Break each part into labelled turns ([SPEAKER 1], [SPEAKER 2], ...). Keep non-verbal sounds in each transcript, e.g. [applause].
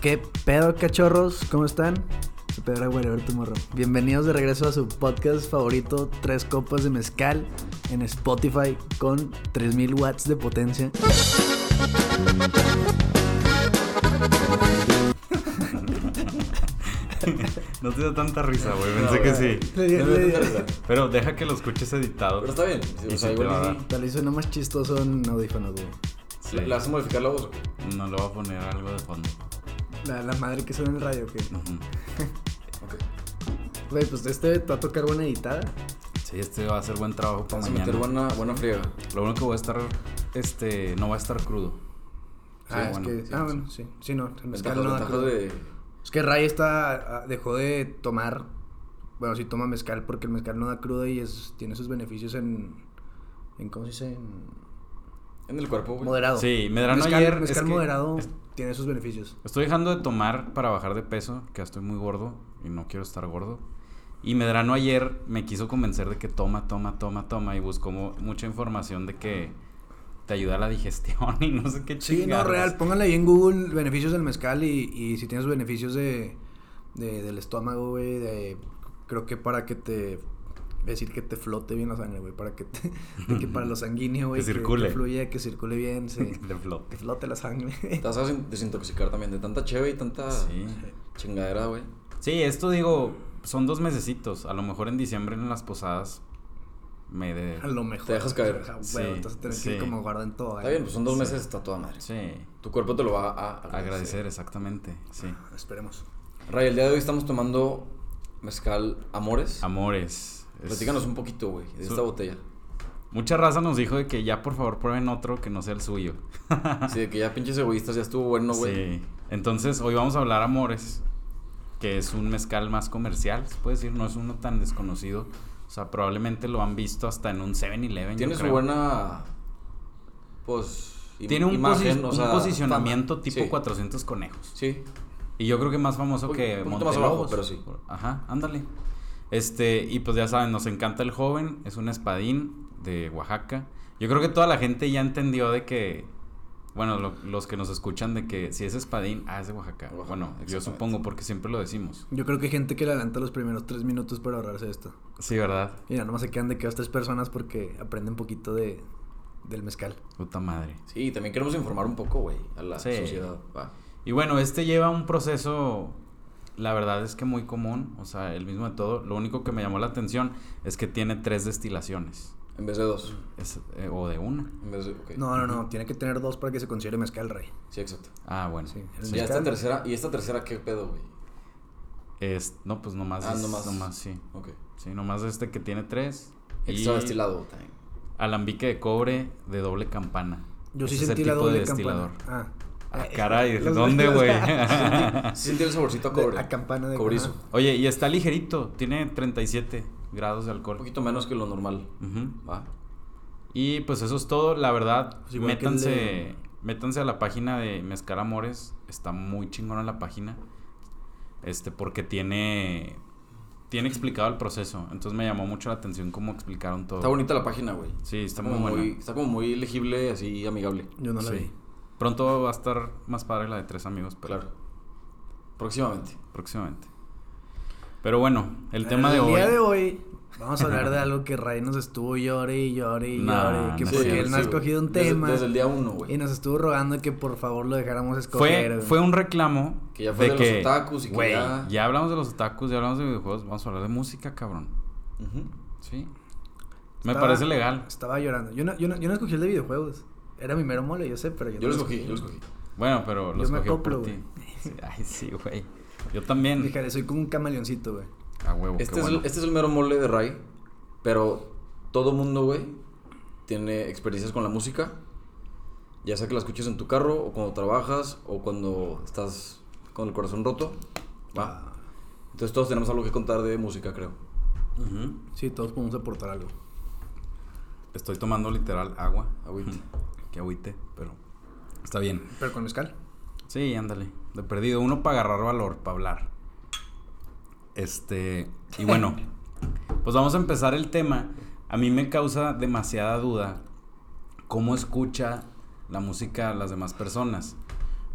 [SPEAKER 1] ¿Qué pedo, cachorros? ¿Cómo están? Su pedo era tu morro. Bienvenidos de regreso a su podcast favorito, Tres Copas de Mezcal, en Spotify, con 3000 watts de potencia.
[SPEAKER 2] No te da tanta risa, güey. Pensé que sí.
[SPEAKER 1] [laughs] Le,
[SPEAKER 3] No,
[SPEAKER 1] le-
[SPEAKER 3] no, no, no, no.
[SPEAKER 2] Pero deja que lo escuches editado.
[SPEAKER 3] Pero está bien. sí,
[SPEAKER 2] Y
[SPEAKER 3] O sea,
[SPEAKER 2] sí te va a
[SPEAKER 3] igual
[SPEAKER 2] dar.
[SPEAKER 1] Tal vez suena más chistoso en audífonos, güey.
[SPEAKER 3] sí. ¿Le vas a modificar la voz?
[SPEAKER 2] No le voy a poner algo de fondo.
[SPEAKER 1] La, la madre que suena en el radio, que.
[SPEAKER 2] Ujú.
[SPEAKER 3] Ok.
[SPEAKER 1] Güey, pues este te va a tocar buena editada.
[SPEAKER 2] Sí, este va a ser buen trabajo para
[SPEAKER 3] Vas a
[SPEAKER 2] mañana.
[SPEAKER 3] meter buena, buena friega.
[SPEAKER 2] Lo bueno que voy a estar, este, no va a estar crudo. Sí,
[SPEAKER 1] ah,
[SPEAKER 2] bueno,
[SPEAKER 1] es que.
[SPEAKER 2] sí,
[SPEAKER 1] ah,
[SPEAKER 2] sí.
[SPEAKER 1] bueno, sí. Sí, no, el
[SPEAKER 3] Ventajas,
[SPEAKER 1] mezcal no da
[SPEAKER 3] ventajas
[SPEAKER 1] crudo.
[SPEAKER 3] de...
[SPEAKER 1] Es que Ray está. ah, dejó de tomar. Bueno, sí toma mezcal porque el mezcal no da crudo y es, tiene sus beneficios en. en ¿Cómo se dice? En
[SPEAKER 3] En el cuerpo, güey.
[SPEAKER 1] moderado.
[SPEAKER 2] Sí, Medrano
[SPEAKER 1] mezcal,
[SPEAKER 2] ayer,
[SPEAKER 1] Mezcal
[SPEAKER 2] es que-
[SPEAKER 1] moderado
[SPEAKER 2] es-
[SPEAKER 1] tiene sus beneficios.
[SPEAKER 2] Estoy dejando de tomar para bajar de peso, que ya estoy muy gordo y no quiero estar gordo. Y Medrano ayer me quiso convencer de que toma, toma, toma, toma y buscó mu- mucha información de que te ayuda a la digestión [laughs] y no sé qué
[SPEAKER 1] Sí, no,
[SPEAKER 2] chingados.
[SPEAKER 1] real. Pónganle ahí en Google beneficios del mezcal y, y si tienes beneficios de, de- del estómago, güey. De, creo que para que te. Decir que te flote bien la sangre, güey. Para que, te- de que para lo sanguíneo, güey.
[SPEAKER 2] Que circule.
[SPEAKER 1] Que fluya, que circule bien,
[SPEAKER 2] [laughs]
[SPEAKER 1] sí.
[SPEAKER 2] De flote.
[SPEAKER 1] que flote la sangre.
[SPEAKER 3] Te vas a desin- desintoxicar también de tanta cheve y tanta
[SPEAKER 2] Sí.
[SPEAKER 3] chingadera, güey.
[SPEAKER 2] Sí, esto digo, son dos mesecitos. A lo mejor en diciembre en las posadas me de...
[SPEAKER 1] A lo mejor.
[SPEAKER 3] Te dejas caer.
[SPEAKER 1] O sea,
[SPEAKER 2] Sí,
[SPEAKER 1] güey, entonces tenés que ir
[SPEAKER 2] sí.
[SPEAKER 1] como guarda en todo. ¿eh?
[SPEAKER 3] Está bien, pues son dos
[SPEAKER 2] Sí.
[SPEAKER 3] meses, está toda madre.
[SPEAKER 2] Sí,
[SPEAKER 3] Tu cuerpo te lo va a
[SPEAKER 2] agradecer, exactamente. Sí.
[SPEAKER 1] Ah, Esperemos.
[SPEAKER 3] Ray, el día de hoy estamos tomando mezcal Amores.
[SPEAKER 2] Amores. es-
[SPEAKER 3] Platícanos un poquito, güey, de
[SPEAKER 2] Su- [laughs]
[SPEAKER 3] esta botella.
[SPEAKER 2] Mucha raza nos dijo de que ya por favor prueben otro que no sea el suyo.
[SPEAKER 3] Así de que ya pinches egoístas, ya estuvo bueno, güey.
[SPEAKER 2] Sí. Entonces, hoy vamos a hablar Amores, que es un mezcal más comercial, se puede decir, no es uno tan desconocido. O sea, probablemente lo han visto hasta en un 7-Eleven. yo
[SPEAKER 3] Tiene su
[SPEAKER 2] creo.
[SPEAKER 3] buena. Pues. im-
[SPEAKER 2] Tiene un,
[SPEAKER 3] imagen,
[SPEAKER 2] posi-
[SPEAKER 3] o
[SPEAKER 2] un
[SPEAKER 3] sea,
[SPEAKER 2] posicionamiento
[SPEAKER 3] fama.
[SPEAKER 2] tipo
[SPEAKER 3] Sí,
[SPEAKER 2] 400
[SPEAKER 1] pues.
[SPEAKER 2] conejos.
[SPEAKER 3] Sí.
[SPEAKER 2] Y yo creo que más famoso
[SPEAKER 3] Un
[SPEAKER 2] que
[SPEAKER 3] poquito más abajo,
[SPEAKER 2] Montelobos.
[SPEAKER 3] pero sí.
[SPEAKER 2] Ajá, ándale. Este, y pues ya saben, nos encanta el joven, es un espadín de Oaxaca. Yo creo que toda la gente ya entendió de que, bueno, lo- los que nos escuchan de que si es espadín, ah, es de Oaxaca.
[SPEAKER 3] Oaxaca,
[SPEAKER 2] bueno, yo
[SPEAKER 3] exactamente.
[SPEAKER 2] supongo porque siempre lo decimos.
[SPEAKER 1] Yo creo que hay gente que le adelanta los primeros tres minutos para ahorrarse esto.
[SPEAKER 2] Sí, ¿verdad?
[SPEAKER 1] Mira, nomás se quedan de que las tres personas porque aprenden poquito de, del mezcal.
[SPEAKER 2] Puta madre.
[SPEAKER 3] Sí, y también queremos informar un poco, güey, a la
[SPEAKER 2] Sí.
[SPEAKER 3] sociedad. va.
[SPEAKER 2] Y bueno, este lleva un proceso, la verdad es que muy común, o sea, el mismo de todo. Lo único que me llamó la atención es que tiene tres destilaciones,
[SPEAKER 3] En vez de dos.
[SPEAKER 2] Es- eh, o de una.
[SPEAKER 3] En vez de. ok.
[SPEAKER 1] No, no, no. Tiene que tener dos para que se considere mezcal, rey.
[SPEAKER 3] Sí, exacto.
[SPEAKER 2] Ah, bueno.
[SPEAKER 1] Sí.
[SPEAKER 3] Y
[SPEAKER 1] Mezcal.
[SPEAKER 3] esta tercera, ¿y esta tercera qué pedo, güey?
[SPEAKER 2] Es- no, pues nomás.
[SPEAKER 3] Ah,
[SPEAKER 2] es-
[SPEAKER 3] nomás.
[SPEAKER 2] sí.
[SPEAKER 3] Ok.
[SPEAKER 2] Sí, nomás este que tiene tres.
[SPEAKER 3] Extra
[SPEAKER 2] y
[SPEAKER 3] destilado también.
[SPEAKER 1] [laughs]
[SPEAKER 2] Alambique de cobre de doble campana.
[SPEAKER 1] Yo sí
[SPEAKER 2] Ese es el
[SPEAKER 1] sentí la
[SPEAKER 2] tipo
[SPEAKER 1] doble
[SPEAKER 2] de
[SPEAKER 1] campana.
[SPEAKER 2] destilador.
[SPEAKER 1] Ah.
[SPEAKER 2] Ah,
[SPEAKER 1] Eh,
[SPEAKER 2] caray,
[SPEAKER 1] los-
[SPEAKER 2] ¿dónde, güey? [laughs]
[SPEAKER 1] [laughs]
[SPEAKER 3] Sí, sentí el saborcito a cobre.
[SPEAKER 1] A campana de
[SPEAKER 3] Cobrizo.
[SPEAKER 1] ajá.
[SPEAKER 2] Oye, y está ligerito. Tiene 37 grados de
[SPEAKER 3] Un
[SPEAKER 2] alcohol.
[SPEAKER 3] poquito menos que lo normal.
[SPEAKER 2] Ujú.
[SPEAKER 3] Va.
[SPEAKER 2] Y pues eso es todo, la verdad.
[SPEAKER 1] Pues igual que el
[SPEAKER 2] métanse,
[SPEAKER 1] de-
[SPEAKER 2] métanse a la página de Mezcal Amores. Está muy chingona la página. Este, porque tiene. Tiene explicado el proceso. Entonces me llamó mucho la atención cómo explicaron todo.
[SPEAKER 3] Está bonita la página, güey.
[SPEAKER 2] Sí, está muy
[SPEAKER 3] como
[SPEAKER 2] buena.
[SPEAKER 3] muy- Está como muy legible, así amigable.
[SPEAKER 1] Yo no la
[SPEAKER 2] Sí.
[SPEAKER 1] vi.
[SPEAKER 2] Pronto va a estar más padre la de tres amigos, pero
[SPEAKER 3] Claro. Próximamente.
[SPEAKER 2] próximamente. Pero bueno, el
[SPEAKER 3] Eh,
[SPEAKER 1] Ah,
[SPEAKER 2] tema de
[SPEAKER 1] el
[SPEAKER 2] hoy.
[SPEAKER 1] día de hoy vamos a hablar de algo que Ray nos estuvo llore y llore y
[SPEAKER 2] [laughs] Nah,
[SPEAKER 1] llore. Que
[SPEAKER 2] no
[SPEAKER 1] porque
[SPEAKER 2] sé,
[SPEAKER 1] él no ha
[SPEAKER 3] sí, güey.
[SPEAKER 1] escogido un
[SPEAKER 3] Desde-
[SPEAKER 1] tema.
[SPEAKER 3] Desde, el día uno,
[SPEAKER 1] Y
[SPEAKER 3] güey.
[SPEAKER 1] nos estuvo rogando que por favor lo dejáramos escoger.
[SPEAKER 2] Fue,
[SPEAKER 1] güey.
[SPEAKER 2] fue un reclamo
[SPEAKER 3] Que ya fue de los otakus y que
[SPEAKER 2] güey,
[SPEAKER 3] ya-
[SPEAKER 2] hablamos de los otakus, ya hablamos de videojuegos, vamos a hablar de música, cabrón.
[SPEAKER 3] Ujú.
[SPEAKER 2] Sí. Me
[SPEAKER 1] Estaba-
[SPEAKER 2] parece legal.
[SPEAKER 1] Estaba llorando. Yo no, yo, no, yo no escogí el de videojuegos. Era mi mero mole, yo sé, pero yo,
[SPEAKER 3] Yo
[SPEAKER 1] no
[SPEAKER 3] lo escogí, yo lo escogí.
[SPEAKER 2] Bueno, pero
[SPEAKER 1] Yo
[SPEAKER 2] los
[SPEAKER 1] me
[SPEAKER 2] cogió
[SPEAKER 1] acoplo,
[SPEAKER 2] por ti.
[SPEAKER 1] güey.
[SPEAKER 2] Sí, Ay, sí, güey. Yo también.
[SPEAKER 1] Fíjate, soy como un camaleoncito, güey.
[SPEAKER 2] A huevo, qué
[SPEAKER 3] Este es,
[SPEAKER 2] bueno.
[SPEAKER 3] el, este es el mero mole de Ray, pero todo mundo, güey, tiene experiencias con la música. Ya sea que la escuches en tu carro, o cuando trabajas, o cuando estás con el corazón roto. Va.
[SPEAKER 1] Ah,
[SPEAKER 3] Entonces todos tenemos algo que contar de música, creo.
[SPEAKER 2] Ujú.
[SPEAKER 1] Sí, todos podemos aportar algo.
[SPEAKER 2] Estoy tomando literal agua.
[SPEAKER 3] Agüita.
[SPEAKER 2] Que agüite, pero está bien.
[SPEAKER 1] Pero con mezcal.
[SPEAKER 2] Sí, ándale. De perdido. Uno para agarrar valor, para hablar. Este. Y
[SPEAKER 3] [laughs]
[SPEAKER 2] bueno, pues vamos a empezar el tema. A mí me causa demasiada duda cómo escucha la música a las demás personas.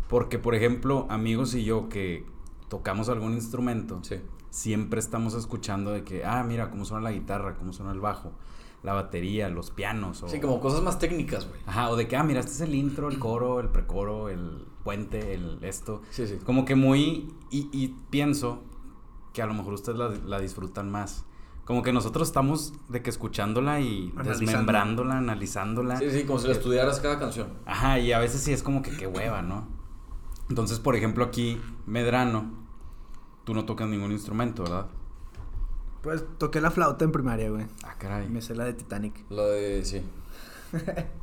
[SPEAKER 2] Porque, por ejemplo, amigos y yo que tocamos algún instrumento,
[SPEAKER 3] Sí.
[SPEAKER 2] siempre estamos escuchando de que, ah, mira cómo suena la guitarra, cómo suena el bajo, la batería, los pianos. O,
[SPEAKER 3] Sí, como cosas más técnicas, güey.
[SPEAKER 2] Ajá, o de que, ah, mira, este es el intro, el coro, el precoro, el puente, el esto.
[SPEAKER 3] Sí, sí.
[SPEAKER 2] Como que muy. Y, y pienso que a lo mejor ustedes la, la disfrutan más. Como que nosotros estamos de que escuchándola y
[SPEAKER 1] Analizando.
[SPEAKER 2] desmembrándola, analizándola.
[SPEAKER 3] Sí, sí, como si la estudiaras cada canción.
[SPEAKER 2] Ajá, y a veces sí es como que qué hueva, ¿no? Entonces, por ejemplo, aquí, Medrano, tú no tocas ningún instrumento, ¿verdad?
[SPEAKER 1] Pues toqué la flauta en primaria, güey.
[SPEAKER 2] Ah, caray.
[SPEAKER 1] Me sé la de Titanic.
[SPEAKER 3] La de. Sí.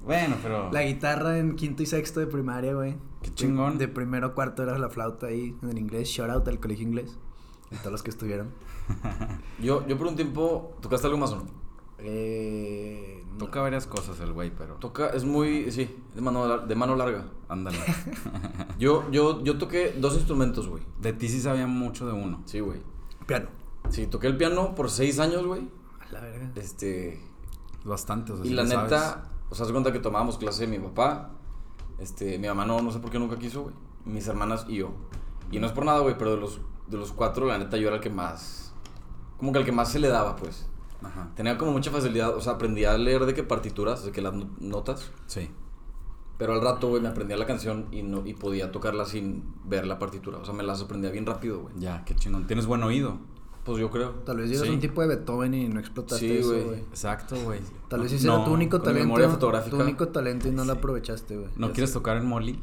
[SPEAKER 2] Bueno,
[SPEAKER 3] Ah.
[SPEAKER 2] pero.
[SPEAKER 1] La guitarra en quinto y sexto de primaria, güey.
[SPEAKER 2] Qué chingón.
[SPEAKER 1] De primero a cuarto era la flauta ahí en el inglés. Shout out al colegio inglés. A todos los que estuvieron.
[SPEAKER 3] Yo, yo por un tiempo. ¿Tocaste algo más o no?
[SPEAKER 1] Eh, no.
[SPEAKER 2] Toca varias cosas el güey, pero.
[SPEAKER 3] Toca, es muy. Sí, de mano, lar- de mano larga.
[SPEAKER 2] Ándale.
[SPEAKER 3] Yo, yo, yo toqué dos instrumentos, güey.
[SPEAKER 2] De ti sí sabía mucho de uno.
[SPEAKER 3] Sí, güey.
[SPEAKER 1] Piano.
[SPEAKER 3] Sí, toqué el piano por seis años, güey.
[SPEAKER 1] A la verga.
[SPEAKER 3] Este.
[SPEAKER 2] Bastante,
[SPEAKER 1] Pues
[SPEAKER 2] o sea,
[SPEAKER 3] Y
[SPEAKER 2] sí
[SPEAKER 3] la
[SPEAKER 2] le
[SPEAKER 3] neta,
[SPEAKER 2] sabes.
[SPEAKER 3] o sea, se cuenta que tomábamos clase mi papá, este, mi mamá no, no sé por qué nunca quiso, güey. Mis hermanas y yo. Y no es por nada, güey, pero de los, de los cuatro, la neta, yo era el que más. Como que el que más se le daba, pues.
[SPEAKER 2] Ajá.
[SPEAKER 3] Tenía como mucha facilidad, o sea, aprendí a leer de qué partituras, de qué las no- notas.
[SPEAKER 2] Sí.
[SPEAKER 3] Pero al rato, güey, me aprendía la canción y, no, y podía tocarla sin ver la partitura. O sea, me las aprendía bien rápido, güey.
[SPEAKER 2] Ya, qué chingón. Tienes buen oído.
[SPEAKER 3] Pues yo creo.
[SPEAKER 1] Tal vez eres
[SPEAKER 2] Sí.
[SPEAKER 1] un tipo de Beethoven y no explotaste
[SPEAKER 3] Sí,
[SPEAKER 1] eso,
[SPEAKER 3] güey.
[SPEAKER 1] güey.
[SPEAKER 2] Exacto, güey.
[SPEAKER 1] Tal vez
[SPEAKER 2] No-
[SPEAKER 1] ese era tu único
[SPEAKER 3] con
[SPEAKER 1] talento.
[SPEAKER 3] memoria fotográfica.
[SPEAKER 1] Tu único talento y no lo aprovechaste, güey.
[SPEAKER 2] ¿No
[SPEAKER 1] Ya
[SPEAKER 2] quieres
[SPEAKER 1] sé.
[SPEAKER 2] tocar en Molly?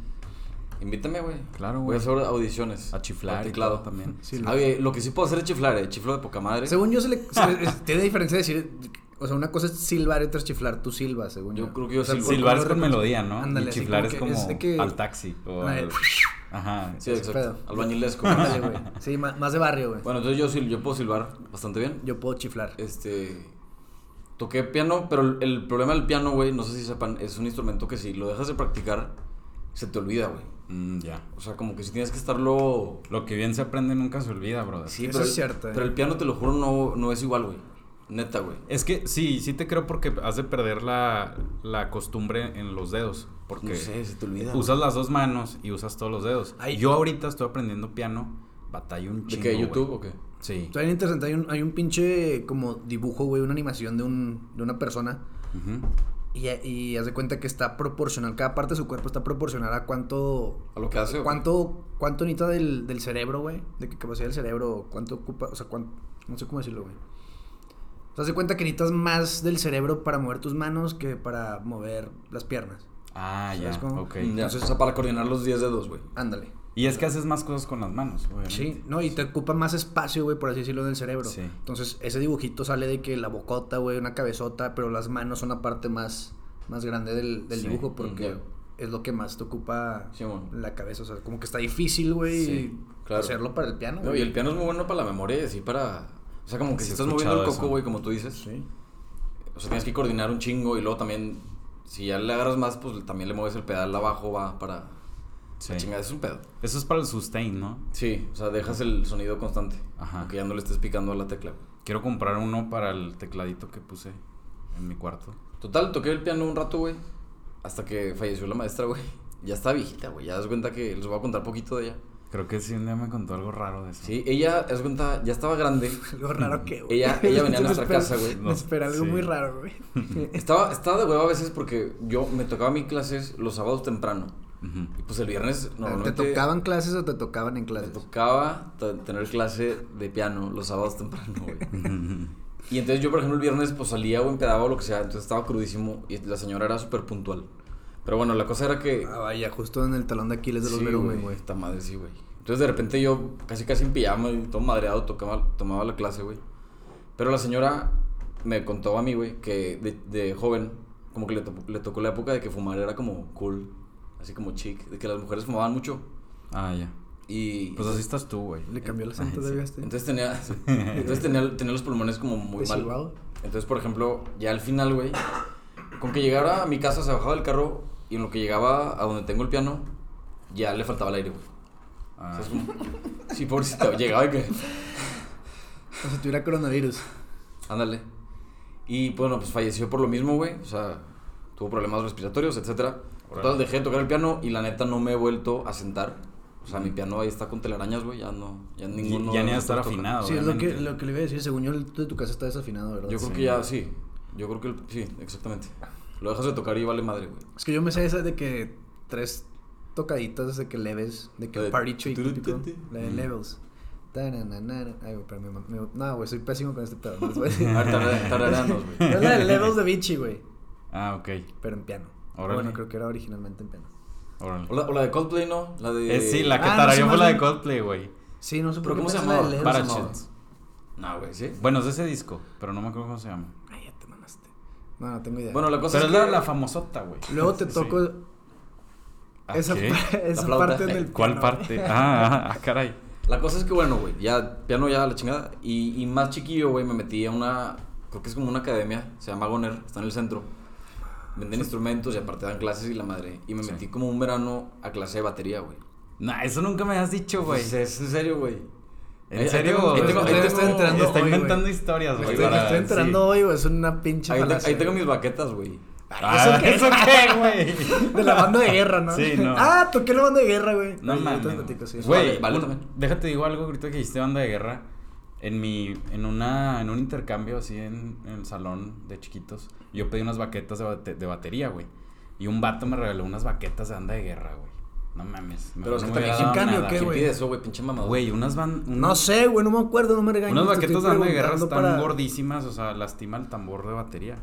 [SPEAKER 3] Invítame, güey.
[SPEAKER 2] Claro,
[SPEAKER 3] Voy
[SPEAKER 2] güey.
[SPEAKER 3] a
[SPEAKER 1] Pues,
[SPEAKER 3] hacer audiciones.
[SPEAKER 2] A chiflar
[SPEAKER 3] Al
[SPEAKER 2] y
[SPEAKER 3] teclado
[SPEAKER 2] todo también.
[SPEAKER 1] Sí, lo-
[SPEAKER 3] Ah, oye, lo que sí puedo hacer es chiflar, eh. Chiflo de poca madre.
[SPEAKER 1] Según
[SPEAKER 3] [laughs]
[SPEAKER 1] yo, se le, se le- es- tiene diferencia decir. O sea, una cosa es silbar y otra es chiflar. Tú silbas, según yo.
[SPEAKER 3] Yo creo que yo
[SPEAKER 1] O sea,
[SPEAKER 3] silbo.
[SPEAKER 1] por-
[SPEAKER 2] Silbar es
[SPEAKER 1] por-
[SPEAKER 2] con melodía, ¿no?
[SPEAKER 1] Ándale,
[SPEAKER 2] y
[SPEAKER 1] así
[SPEAKER 2] chiflar
[SPEAKER 1] como
[SPEAKER 2] es
[SPEAKER 1] que
[SPEAKER 2] como
[SPEAKER 1] es de que-
[SPEAKER 2] al taxi. O
[SPEAKER 1] Ándale.
[SPEAKER 2] al... [laughs] Ajá.
[SPEAKER 3] Sí,
[SPEAKER 1] ese
[SPEAKER 3] exacto.
[SPEAKER 1] pedo.
[SPEAKER 3] Albañilesco.
[SPEAKER 1] Ándale, güey.
[SPEAKER 3] [laughs]
[SPEAKER 1] Sí, ma- más, de barrio, güey.
[SPEAKER 3] bueno, entonces yo, sil- yo puedo silbar bastante bien.
[SPEAKER 1] Yo puedo chiflar.
[SPEAKER 3] Este. Toqué piano, pero el, el problema del piano, güey, no sé si sepan, es un instrumento que si lo dejas de practicar, se te olvida, güey.
[SPEAKER 2] Mm, ya.
[SPEAKER 3] O sea, como que si tienes que estarlo.
[SPEAKER 2] Lo que bien se aprende nunca se olvida, brother.
[SPEAKER 3] Sí,
[SPEAKER 1] Eso
[SPEAKER 3] pero,
[SPEAKER 1] es
[SPEAKER 3] el-
[SPEAKER 1] cierto, eh.
[SPEAKER 3] Pero el piano, te lo juro, no, no es igual, güey. Neta, güey.
[SPEAKER 2] Es que sí, sí te creo porque has de perder la, la costumbre en los dedos. Porque
[SPEAKER 3] No sé, se te olvida.
[SPEAKER 2] usas las dos manos y usas todos los dedos.
[SPEAKER 1] Ay.
[SPEAKER 2] Yo ahorita estoy aprendiendo piano, batalla un
[SPEAKER 3] ¿De
[SPEAKER 2] chingo.
[SPEAKER 3] qué?
[SPEAKER 2] güey.
[SPEAKER 3] ¿YouTube o qué?
[SPEAKER 2] Sí.
[SPEAKER 1] Está bien interesante. Hay un, hay un pinche como dibujo, güey, una animación de, un, de una persona.
[SPEAKER 2] Ujú.
[SPEAKER 1] Y, y haz de cuenta que está proporcional. Cada parte de su cuerpo está proporcional a cuánto
[SPEAKER 3] ¿A lo que hace? o qué?
[SPEAKER 1] ¿Cuánto, cuánto necesita del, del cerebro, güey? De qué capacidad del cerebro, cuánto ocupa, o sea, cuánto, no sé cómo decirlo, güey. Te das cuenta que necesitas más del cerebro para mover tus manos que para mover las piernas.
[SPEAKER 2] Ah,
[SPEAKER 1] ¿Sabes
[SPEAKER 2] ya.
[SPEAKER 1] cómo? Mm.
[SPEAKER 2] Ok.
[SPEAKER 3] Ya, Entonces, o sea, para coordinar los 10 dedos, güey.
[SPEAKER 1] Ándale.
[SPEAKER 2] Y es que haces más cosas con las manos, obviamente.
[SPEAKER 1] Sí, no, y te ocupa más espacio, güey, por así decirlo, del cerebro.
[SPEAKER 2] Sí.
[SPEAKER 1] Entonces, ese dibujito sale de que la bocota, güey, una cabezota, pero las manos son la parte más, más grande del, del
[SPEAKER 2] Sí,
[SPEAKER 1] dibujo porque
[SPEAKER 3] ya.
[SPEAKER 1] es lo que más te ocupa
[SPEAKER 3] Simón.
[SPEAKER 1] la cabeza. O sea, como que está difícil, güey,
[SPEAKER 2] Sí,
[SPEAKER 3] claro.
[SPEAKER 1] hacerlo para el piano.
[SPEAKER 3] No, y el piano es muy bueno para la memoria, sí, para. O sea, como que
[SPEAKER 2] Sí,
[SPEAKER 3] si
[SPEAKER 2] he
[SPEAKER 3] estás moviendo el
[SPEAKER 2] escuchado
[SPEAKER 3] coco,
[SPEAKER 2] eso.
[SPEAKER 3] güey, como tú dices.
[SPEAKER 1] Sí.
[SPEAKER 3] O sea, tienes que coordinar un chingo y luego también, si ya le agarras más, pues también le mueves el pedal abajo, va para.
[SPEAKER 2] Sí.
[SPEAKER 3] La chingada, es un pedo.
[SPEAKER 2] Eso es para el sustain, ¿no?
[SPEAKER 3] Sí, o sea, dejas el sonido constante.
[SPEAKER 2] Ajá.
[SPEAKER 3] Aunque ya no le estés picando a la tecla. güey.
[SPEAKER 2] Quiero comprar uno para el tecladito que puse en mi cuarto.
[SPEAKER 3] Total, toqué el piano un rato, güey. Hasta que falleció la maestra, güey. Ya está viejita, güey. Ya das cuenta que les voy a contar poquito de ella.
[SPEAKER 2] Creo que sí un día me contó algo raro de eso.
[SPEAKER 3] Sí, ella, das cuenta, ya estaba grande.
[SPEAKER 1] [laughs] Algo raro que, güey.
[SPEAKER 3] Ella- ella venía a
[SPEAKER 1] Me
[SPEAKER 3] nuestra
[SPEAKER 1] espera-
[SPEAKER 3] casa, güey.
[SPEAKER 1] me
[SPEAKER 2] No,
[SPEAKER 1] espera algo
[SPEAKER 2] sí.
[SPEAKER 1] muy raro,
[SPEAKER 3] [laughs]
[SPEAKER 1] güey.
[SPEAKER 3] Estaba, estaba de hueva a veces porque yo me tocaba mis clases los sábados temprano.
[SPEAKER 2] Ujú. [laughs]
[SPEAKER 3] Y pues el viernes
[SPEAKER 1] ¿Te
[SPEAKER 3] normalmente.
[SPEAKER 1] tocaban clases o te tocaban en
[SPEAKER 3] Me
[SPEAKER 1] clases?
[SPEAKER 3] tocaba t- tener clase de piano los sábados temprano, güey. y entonces yo, por ejemplo, el viernes pues salía o empedaba o lo que sea, entonces estaba crudísimo y la señora era súper puntual. Pero bueno, la cosa era que...
[SPEAKER 1] Ah, vaya, justo en el talón de Aquiles de los
[SPEAKER 3] Sí,
[SPEAKER 1] Verumen, güey.
[SPEAKER 3] Esta madre, sí, güey. Entonces de repente yo casi casi en pijama y todo madreado tocaba, tomaba la clase, güey. Pero la señora me contó a mí, güey, que de, de joven como que le, to- le tocó la época de que fumar era como cool, así como chic, de que las mujeres fumaban mucho.
[SPEAKER 2] Ah, ya.
[SPEAKER 3] Y
[SPEAKER 2] Pues así estás tú, güey.
[SPEAKER 1] Le cambió el
[SPEAKER 2] Ay,
[SPEAKER 1] acento
[SPEAKER 2] [laughs] sí.
[SPEAKER 1] de este.
[SPEAKER 3] Ah, Entonces tenía, entonces tenía, tenía los pulmones como muy mal. [laughs]
[SPEAKER 1] Desigual.
[SPEAKER 3] Entonces, por ejemplo, ya al final, güey, con que llegara a mi casa, se bajaba del carro y en lo que llegaba a donde tengo el piano, ya le faltaba el aire, güey. O
[SPEAKER 2] Ah,
[SPEAKER 3] sea, es como, sí, pobrecito, llegaba y que,
[SPEAKER 1] O sea, tuviera coronavirus.
[SPEAKER 3] ándale. Y bueno, pues falleció por lo mismo, güey. O sea, tuvo problemas respiratorios, etcétera. Total, dejé de tocar el piano y la neta no me he vuelto a sentar. O sea, mi piano ahí está con telarañas, güey, ya no, ya ninguno...
[SPEAKER 2] Y- ya ni a estar
[SPEAKER 3] toca.
[SPEAKER 2] afinado.
[SPEAKER 1] Sí, es lo que,
[SPEAKER 2] obviamente.
[SPEAKER 1] lo que le iba a decir. Según yo, el de tu casa está desafinado, ¿verdad?
[SPEAKER 3] Yo creo
[SPEAKER 2] Sí.
[SPEAKER 3] que ya, sí, yo creo que el- sí, exactamente. Lo dejas de tocar y vale madre, güey.
[SPEAKER 1] Es que yo me sé esa de que tres tocaditas de que leves, de que
[SPEAKER 3] La de
[SPEAKER 1] party trick,
[SPEAKER 3] tu, tu,
[SPEAKER 1] típico,
[SPEAKER 3] tu, tu.
[SPEAKER 1] la de
[SPEAKER 2] Mm.
[SPEAKER 1] levels. Tananana. Ay, güey, pero mi mamá. mi- No, güey, soy pésimo con este pedo.
[SPEAKER 3] [laughs]
[SPEAKER 1] No, les voy a decir.
[SPEAKER 3] A ver, tarare- tarareanos, güey.
[SPEAKER 1] Es la de levels de Vinci, güey,
[SPEAKER 2] Ah, ok.
[SPEAKER 1] pero en piano.
[SPEAKER 2] Órale.
[SPEAKER 1] Bueno, creo que era originalmente en piano.
[SPEAKER 2] Órale.
[SPEAKER 3] O la, o la de Coldplay, ¿no? La de...
[SPEAKER 2] Eh, sí, la que
[SPEAKER 1] Ah, no,
[SPEAKER 2] tarareó
[SPEAKER 1] sí,
[SPEAKER 2] fue
[SPEAKER 1] más
[SPEAKER 2] la de
[SPEAKER 1] bien-
[SPEAKER 2] Coldplay, güey.
[SPEAKER 1] Sí, no sé
[SPEAKER 3] ¿Pero
[SPEAKER 1] por qué
[SPEAKER 3] cómo se
[SPEAKER 1] pensé en la de
[SPEAKER 3] llamaba?
[SPEAKER 1] Levels,
[SPEAKER 2] Parachutes.
[SPEAKER 3] No, güey, sí.
[SPEAKER 2] Bueno, es de ese disco, pero no me acuerdo cómo se llama.
[SPEAKER 1] Ay, ya te mamaste. No, no tengo idea.
[SPEAKER 3] Bueno, la
[SPEAKER 2] Pero
[SPEAKER 3] cosa
[SPEAKER 2] es
[SPEAKER 3] es
[SPEAKER 2] la,
[SPEAKER 3] que...
[SPEAKER 2] la famosota, güey.
[SPEAKER 1] Luego te
[SPEAKER 2] Sí.
[SPEAKER 1] toco [laughs]
[SPEAKER 2] Ah,
[SPEAKER 1] esa,
[SPEAKER 2] ¿qué?
[SPEAKER 1] pa- esa
[SPEAKER 3] flauta.
[SPEAKER 1] parte del
[SPEAKER 2] ¿Cuál
[SPEAKER 1] piano.
[SPEAKER 2] parte? Ah, ah, ah, caray.
[SPEAKER 3] La cosa es que, bueno, güey, ya piano ya la chingada. Y, y más chiquillo, güey, me metí a una. Creo que es como una academia, se llama Goner, está en el centro. Venden instrumentos y aparte dan clases y la madre. Y me
[SPEAKER 2] Sí.
[SPEAKER 3] metí como un verano a clase de batería, güey.
[SPEAKER 2] Nah, eso nunca me has dicho, güey.
[SPEAKER 3] Pues es en serio, güey.
[SPEAKER 2] ¿En
[SPEAKER 3] Ahí-
[SPEAKER 2] serio?
[SPEAKER 3] Ahí tengo, ahí tengo-
[SPEAKER 1] Ustedes
[SPEAKER 3] ahí tengo-
[SPEAKER 1] están entrando
[SPEAKER 2] está
[SPEAKER 1] hoy,
[SPEAKER 2] inventando
[SPEAKER 1] güey.
[SPEAKER 2] historias,
[SPEAKER 1] Me
[SPEAKER 2] güey.
[SPEAKER 1] estoy, me
[SPEAKER 2] para-
[SPEAKER 1] estoy enterando
[SPEAKER 2] sí.
[SPEAKER 1] hoy, güey. Es una pinche.
[SPEAKER 3] ahí te-
[SPEAKER 1] falacia,
[SPEAKER 3] ahí tengo
[SPEAKER 1] güey.
[SPEAKER 3] mis baquetas, güey.
[SPEAKER 2] Ah,
[SPEAKER 1] qué? [laughs]
[SPEAKER 2] ¿Eso qué, güey?
[SPEAKER 1] De la banda de guerra, ¿no?
[SPEAKER 2] Sí, no.
[SPEAKER 1] Ah, toqué la banda de guerra, güey.
[SPEAKER 2] No
[SPEAKER 1] Ahorita
[SPEAKER 2] mames.
[SPEAKER 1] te platico, sí.
[SPEAKER 2] Güey,
[SPEAKER 3] Vale, vale
[SPEAKER 2] un-
[SPEAKER 3] también.
[SPEAKER 2] déjate digo algo ahorita que hiciste banda de guerra. En mi, en una, en un intercambio así en, en el salón de chiquitos, yo pedí unas baquetas de, bate- de batería, güey. Y un vato me regaló unas baquetas de banda de guerra, güey. No mames.
[SPEAKER 3] Pero es
[SPEAKER 2] mejor no me
[SPEAKER 3] que también.
[SPEAKER 2] hubiera
[SPEAKER 1] ¿En
[SPEAKER 2] dado
[SPEAKER 1] cambio
[SPEAKER 2] nada,
[SPEAKER 1] qué,
[SPEAKER 3] ¿Quién
[SPEAKER 1] güey?
[SPEAKER 3] pide eso, güey? Pinche mamada.
[SPEAKER 2] Güey, unas van. un-
[SPEAKER 1] No sé, güey, no me acuerdo, no me regañes.
[SPEAKER 2] Unas
[SPEAKER 1] te estoy
[SPEAKER 2] baquetas de banda de guerra están
[SPEAKER 1] preguntando para-
[SPEAKER 2] gordísimas, o sea, lastima el tambor de batería.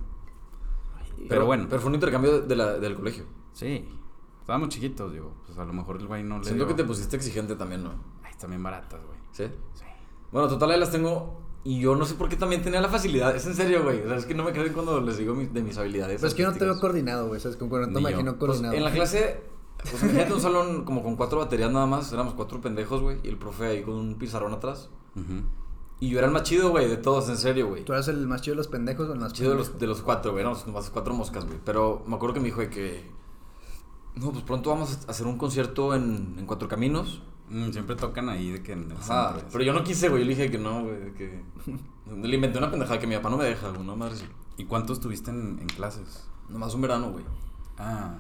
[SPEAKER 3] Pero,
[SPEAKER 2] Pero bueno.
[SPEAKER 3] Pero fue un intercambio de la- del colegio.
[SPEAKER 2] Sí. Estábamos chiquitos, digo. Pues a lo mejor el güey no le.
[SPEAKER 3] Siento
[SPEAKER 2] dio-
[SPEAKER 3] que te pusiste exigente también, ¿no?
[SPEAKER 2] Ay, están bien baratas, güey.
[SPEAKER 3] ¿Sí?
[SPEAKER 2] Sí.
[SPEAKER 3] Bueno, total, ahí las tengo. Y yo no sé por qué también tenía la facilidad. Es en serio, güey. O sea, es que no me creen cuando les digo mis- de mis habilidades.
[SPEAKER 1] Pero Pues es que yo no te veo
[SPEAKER 3] artísticas.
[SPEAKER 1] coordinado, güey, ¿sabes? Con cuando te
[SPEAKER 2] Ni yo.
[SPEAKER 1] imagino
[SPEAKER 3] Pues,
[SPEAKER 1] coordinado.
[SPEAKER 3] en la clase, pues imagínate un salón como con cuatro baterías nada más. Éramos cuatro pendejos, güey. Y el profe ahí con un pizarrón atrás.
[SPEAKER 2] Ujú.
[SPEAKER 3] Y yo era el más chido, güey, de todos, en serio, güey.
[SPEAKER 1] ¿Tú eras el más chido de los pendejos o el más
[SPEAKER 3] Chido de
[SPEAKER 1] pendejo?
[SPEAKER 3] los, de los cuatro, güey. Éramos nomás cuatro moscas, güey. Pero me acuerdo que me dijo de que. No, pues pronto vamos a hacer un concierto en, en Cuatro Caminos.
[SPEAKER 2] Mm, siempre tocan ahí de que en el
[SPEAKER 3] Ajá.
[SPEAKER 2] centro,
[SPEAKER 3] Pero yo no quise, güey. Yo le dije que no, güey. Que... Le inventé una pendejada que mi papá no me deja, güey. No madre. sí.
[SPEAKER 2] ¿Y cuántos tuviste en, en clases?
[SPEAKER 3] Nomás un verano, güey.
[SPEAKER 2] Ah,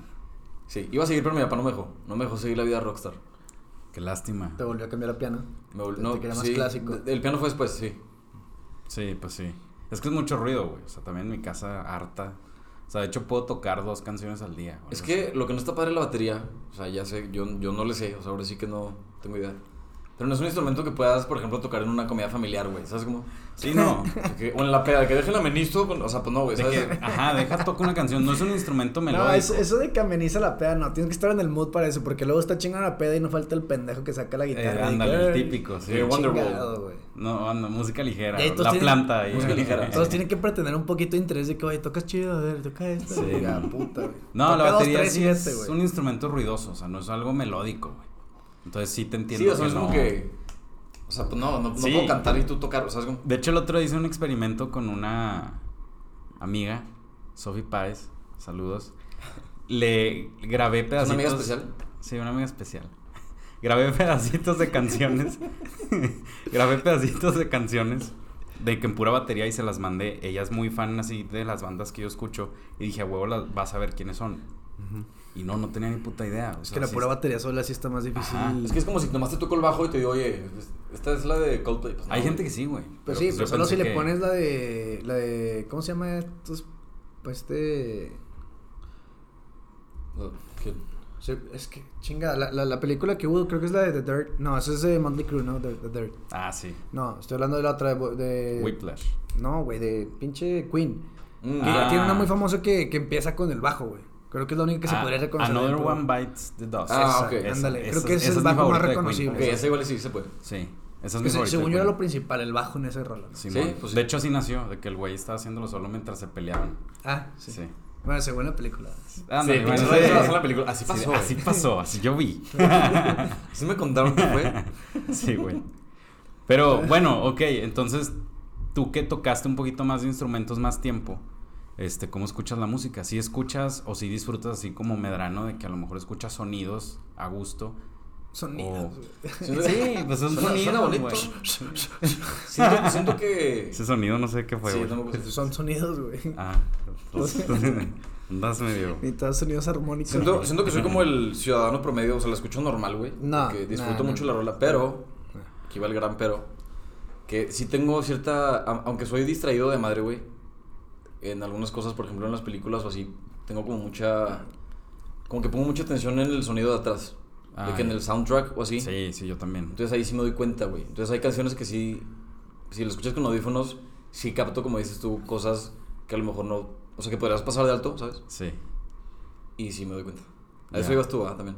[SPEAKER 3] Sí, iba a seguir, pero mi papá no me dejó. No me dejó seguir la vida rockstar.
[SPEAKER 2] qué lástima.
[SPEAKER 1] Te volvió a cambiar a piano.
[SPEAKER 3] Me vol-
[SPEAKER 1] Te-
[SPEAKER 3] no,
[SPEAKER 1] te quería más
[SPEAKER 3] sí,
[SPEAKER 1] clásico.
[SPEAKER 3] de- El piano fue después, sí.
[SPEAKER 2] Sí, pues sí. Es que es mucho ruido, güey. O sea, también en mi casa harta. O sea, de hecho puedo tocar dos canciones al día. o
[SPEAKER 3] Es
[SPEAKER 2] algo
[SPEAKER 3] que
[SPEAKER 2] así.
[SPEAKER 3] lo que no está padre es la batería. O sea, ya sé, yo, yo no le sé. O sea, ahora sí que no tengo idea. Pero no es un instrumento que puedas, por ejemplo, tocar en una comida familiar, güey. ¿Sabes cómo?
[SPEAKER 2] Sí, no.
[SPEAKER 3] De que- o en la peda, que deje el amenisto. con- O sea, [laughs] pues no, güey.
[SPEAKER 2] De
[SPEAKER 3] ¿sabes?
[SPEAKER 2] que, ajá, deja toco una canción. No es un instrumento melódico.
[SPEAKER 1] No, eso, eso de que ameniza la peda, no. Tienes que estar en el mood para eso, porque luego está chingando la peda y no falta el pendejo que saca la
[SPEAKER 2] Eh,
[SPEAKER 1] guitarra. y que,
[SPEAKER 2] ándale, el
[SPEAKER 1] "Ay,
[SPEAKER 2] típico, sí.
[SPEAKER 3] Qué guay. Wonderwall.
[SPEAKER 1] chingado, güey.
[SPEAKER 2] No, anda, música ligera.
[SPEAKER 1] Y ahí
[SPEAKER 2] la
[SPEAKER 1] todos tienen-
[SPEAKER 2] planta. ahí.
[SPEAKER 3] Música
[SPEAKER 2] [laughs]
[SPEAKER 3] ligera.
[SPEAKER 1] Todos tienen que pretender un poquito de interés de que, oye, tocas chido, a ver, toca esto.
[SPEAKER 2] Sí,
[SPEAKER 1] güey. Ah,
[SPEAKER 2] no.
[SPEAKER 1] puta, güey.
[SPEAKER 2] No,
[SPEAKER 1] Toca
[SPEAKER 2] la
[SPEAKER 1] dos,
[SPEAKER 2] batería
[SPEAKER 1] tres y
[SPEAKER 2] sí
[SPEAKER 1] este,
[SPEAKER 2] es
[SPEAKER 1] güey.
[SPEAKER 2] un instrumento ruidoso, o sea, no es algo melódico, güey. Entonces sí te entiendo.
[SPEAKER 3] Sí, o sea,
[SPEAKER 2] que
[SPEAKER 3] es como
[SPEAKER 2] no-
[SPEAKER 3] que. O sea, pues no, no, no
[SPEAKER 2] Sí.
[SPEAKER 3] puedo cantar y tú tocar. O sea, es como.
[SPEAKER 2] De hecho, el otro día hice un experimento con una amiga, Sofi Páez, saludos. Le grabé
[SPEAKER 3] ¿Es
[SPEAKER 2] pedacitos.
[SPEAKER 3] una amiga especial?
[SPEAKER 2] Sí, una amiga especial. [laughs] grabé pedacitos de canciones. [laughs] grabé pedacitos de canciones de que en pura batería y se las mandé. Ella es muy fan así de las bandas que yo escucho. Y dije, a huevo, las- vas a ver quiénes son. Y no, no tenía ni puta idea. o
[SPEAKER 1] Es
[SPEAKER 2] sea,
[SPEAKER 1] que la
[SPEAKER 2] sí
[SPEAKER 1] pura
[SPEAKER 2] está-
[SPEAKER 1] batería sola sí está más difícil.
[SPEAKER 2] Ajá.
[SPEAKER 3] Es que es como si nomás te toco el bajo y te digo, oye, esta es la de Coldplay. Pues no,
[SPEAKER 2] Hay
[SPEAKER 3] güey.
[SPEAKER 2] gente que sí, güey.
[SPEAKER 1] Pues
[SPEAKER 2] pero
[SPEAKER 1] sí,
[SPEAKER 2] pues
[SPEAKER 1] pero
[SPEAKER 2] yo
[SPEAKER 1] solo si
[SPEAKER 2] pensé
[SPEAKER 1] le
[SPEAKER 2] que-
[SPEAKER 1] pones la de. la de. ¿Cómo se llama estos? Pues este.
[SPEAKER 3] No, que-
[SPEAKER 1] se- Es que, chinga, la, la, la película que hubo, creo que es la de The Dirt. No, esa es de Monty Crew, ¿no? The, The Dirt.
[SPEAKER 2] Ah, sí.
[SPEAKER 1] No, estoy hablando de la otra. de- De,
[SPEAKER 2] Whiplash.
[SPEAKER 1] No, güey, de pinche Queen.
[SPEAKER 3] Mm.
[SPEAKER 1] Que
[SPEAKER 2] Ah.
[SPEAKER 1] tiene una muy famosa que, que empieza con el bajo, güey. Creo que es la única que se
[SPEAKER 2] Ah,
[SPEAKER 1] podría reconocer.
[SPEAKER 2] Another
[SPEAKER 1] pero-
[SPEAKER 2] One Bites the Dust.
[SPEAKER 3] Ah,
[SPEAKER 1] Esa, Ándale,
[SPEAKER 3] ok.
[SPEAKER 2] Esa-
[SPEAKER 1] creo que
[SPEAKER 2] esa-
[SPEAKER 1] ese es
[SPEAKER 2] esa
[SPEAKER 1] el
[SPEAKER 2] es
[SPEAKER 1] bajo
[SPEAKER 2] mi
[SPEAKER 1] más
[SPEAKER 2] favorita de Queen.
[SPEAKER 1] reconocible.
[SPEAKER 3] Ok, esa igual sí se puede.
[SPEAKER 2] Sí, esa es
[SPEAKER 1] Que
[SPEAKER 2] mi
[SPEAKER 1] se-
[SPEAKER 2] favorita.
[SPEAKER 1] según
[SPEAKER 2] de
[SPEAKER 1] yo era
[SPEAKER 2] Queen.
[SPEAKER 1] lo principal, el bajo en ese rol.
[SPEAKER 2] Simón.
[SPEAKER 3] Sí, pues sí.
[SPEAKER 2] De hecho, así nació, de que el güey estaba haciéndolo solo mientras se peleaban.
[SPEAKER 1] Ah,
[SPEAKER 2] Sí.
[SPEAKER 1] sí. Bueno, según la película.
[SPEAKER 2] Ándale,
[SPEAKER 3] Sí,
[SPEAKER 2] bueno,
[SPEAKER 3] eso-
[SPEAKER 2] sí.
[SPEAKER 3] eso pasó en la película. Así
[SPEAKER 2] Sí,
[SPEAKER 3] pasó,
[SPEAKER 2] así
[SPEAKER 3] güey.
[SPEAKER 2] pasó, así yo
[SPEAKER 3] [laughs]
[SPEAKER 2] vi.
[SPEAKER 3] Sí me contaron que
[SPEAKER 2] [laughs]
[SPEAKER 3] fue.
[SPEAKER 2] sí, güey. Pero bueno, ok, entonces tú que tocaste un poquito más de instrumentos más tiempo, este, ¿cómo escuchas la música? ¿Si escuchas o si disfrutas así como medrano de que a lo mejor escuchas sonidos a gusto
[SPEAKER 1] Sonidos,
[SPEAKER 2] Oh.
[SPEAKER 1] güey.
[SPEAKER 3] Siento-
[SPEAKER 2] Sí, pues son
[SPEAKER 3] Suena- suena
[SPEAKER 2] sonidos,
[SPEAKER 3] bonito.
[SPEAKER 2] güey. [laughs]
[SPEAKER 3] Siento, siento que.
[SPEAKER 2] Ese sonido no sé qué fue,
[SPEAKER 3] Sí,
[SPEAKER 2] güey.
[SPEAKER 3] tampoco sé.
[SPEAKER 1] [laughs] Son sonidos, güey.
[SPEAKER 2] Ah, entonces, [laughs] andas medio...
[SPEAKER 1] Necesitas sonidos armónicos.
[SPEAKER 3] Siento, siento que soy como el ciudadano promedio, o sea, la escucho normal, güey.
[SPEAKER 1] No,
[SPEAKER 3] Que disfruto
[SPEAKER 1] no, no,
[SPEAKER 3] mucho
[SPEAKER 1] no.
[SPEAKER 3] la rola, pero,
[SPEAKER 1] No.
[SPEAKER 3] aquí va el gran pero, que sí tengo cierta, a- aunque soy distraído de madre, güey, en algunas cosas, por ejemplo, en las películas o así, tengo como mucha, como que pongo mucha atención en el sonido de atrás,
[SPEAKER 2] Ah,
[SPEAKER 3] de que en
[SPEAKER 2] ya.
[SPEAKER 3] el soundtrack o así.
[SPEAKER 2] Sí, sí, yo también.
[SPEAKER 3] Entonces ahí sí me doy cuenta, güey. Entonces hay canciones que sí, si las escuchas con audífonos, sí capto, como dices tú, cosas que a lo mejor no, o sea, que podrías pasar de alto, ¿sabes?
[SPEAKER 2] Sí.
[SPEAKER 3] Y sí me doy cuenta. A
[SPEAKER 2] Ya.
[SPEAKER 3] eso ibas tú, ah, también.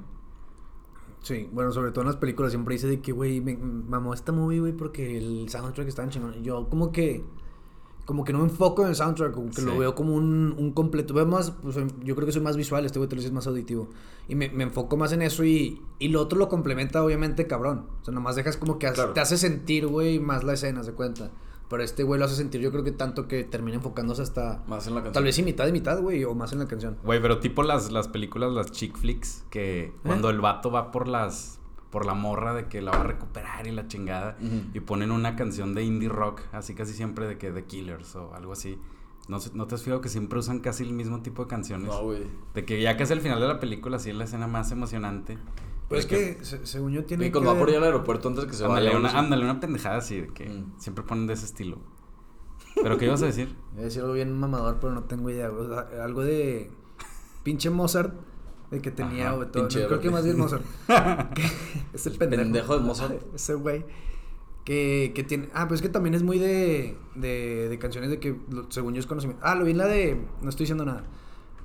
[SPEAKER 1] Sí, bueno, sobre todo en las películas siempre dice de que, güey, me me mamó esta movie, güey, porque el soundtrack está en chingón. Yo como que, como que no me enfoco en el soundtrack, como que
[SPEAKER 2] Sí.
[SPEAKER 1] lo veo como un, un completo. Veo más, pues, soy- yo creo que soy más visual, este güey te lo dices más auditivo. Y me, me enfoco más en eso y, y lo otro lo complementa, obviamente, cabrón. O sea, nomás dejas como que ha-
[SPEAKER 3] Claro.
[SPEAKER 1] te hace sentir, güey, más la escena, haz de cuenta. Pero este güey lo hace sentir, yo creo que tanto que termina enfocándose hasta...
[SPEAKER 3] Más en la canción.
[SPEAKER 1] Tal vez sí, mitad y mitad, güey, o más en la canción.
[SPEAKER 2] Güey, pero tipo las, las películas, las chick flicks, que cuando el vato va por las... Por la morra de que la va a recuperar y la chingada.
[SPEAKER 3] Ujú.
[SPEAKER 2] Y ponen una canción de indie rock, así casi siempre de que The Killers o algo así. ¿No, sé- ¿No te has fijado que siempre usan casi el mismo tipo de canciones?
[SPEAKER 3] No, güey.
[SPEAKER 2] de que ya casi al final de la película, así es la escena más emocionante.
[SPEAKER 1] Pues es
[SPEAKER 2] De
[SPEAKER 1] que, se- según yo, tiene
[SPEAKER 3] Y
[SPEAKER 1] que...
[SPEAKER 3] cuando va por
[SPEAKER 1] ver-
[SPEAKER 3] allá al aeropuerto antes que se
[SPEAKER 2] ándale,
[SPEAKER 3] vaya.
[SPEAKER 2] una,
[SPEAKER 3] no sé.
[SPEAKER 2] ándale, una pendejada así, de que
[SPEAKER 3] Mm.
[SPEAKER 2] siempre ponen de ese estilo. ¿Pero qué ibas a decir?
[SPEAKER 1] Voy a decir algo bien mamador, pero no tengo idea. güey. O sea, algo de pinche Mozart, de que tenía,
[SPEAKER 2] Ajá,
[SPEAKER 1] güey, todo.
[SPEAKER 3] pinche
[SPEAKER 1] No, creo que
[SPEAKER 3] Everly.
[SPEAKER 1] más bien Mozart.
[SPEAKER 3] [laughs]
[SPEAKER 1] Que- [laughs] ese pendejo.
[SPEAKER 3] pendejo de Mozart.
[SPEAKER 1] Ese güey. Que, que tiene. Ah, pues es que también es muy de, de, de canciones de que, lo- según yo, es conocimiento. Ah, lo vi en la de. No estoy diciendo nada.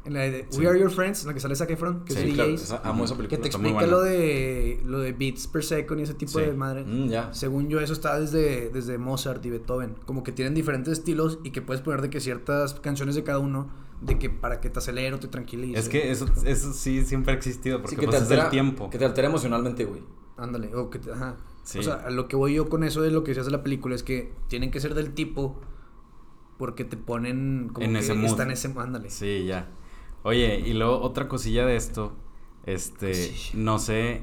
[SPEAKER 1] En la de
[SPEAKER 2] Sí.
[SPEAKER 1] We Are Your Friends, en la que sale Zac Efron, que
[SPEAKER 3] Sí,
[SPEAKER 1] es DJ.
[SPEAKER 3] claro, esa- amo esa
[SPEAKER 1] que
[SPEAKER 3] película.
[SPEAKER 1] te
[SPEAKER 2] está muy
[SPEAKER 1] explica
[SPEAKER 2] buena.
[SPEAKER 1] lo de, lo de beats per second y ese tipo
[SPEAKER 2] Sí.
[SPEAKER 1] de madre.
[SPEAKER 3] Mm, ya.
[SPEAKER 1] Según yo, eso está desde, desde Mozart y Beethoven. Como que tienen diferentes estilos y que puedes poner de que ciertas canciones de cada uno, de que para que te acelere o te tranquilice.
[SPEAKER 2] Es que eso, eso sí siempre ha existido, porque
[SPEAKER 3] Sí, que te
[SPEAKER 2] pues es del
[SPEAKER 3] altera-
[SPEAKER 2] tiempo.
[SPEAKER 3] Que te altera emocionalmente, güey.
[SPEAKER 1] Ándale, o que te- Ajá.
[SPEAKER 2] Sí.
[SPEAKER 1] O sea, a lo que voy yo con eso de lo que se hace la película es que tienen que ser del tipo porque te ponen como
[SPEAKER 2] En
[SPEAKER 1] que
[SPEAKER 2] ese mood.
[SPEAKER 1] está en ese ándale. [laughs]
[SPEAKER 2] Sí, ya. Oye, y luego otra cosilla de esto, este,
[SPEAKER 1] Sí.
[SPEAKER 2] no sé,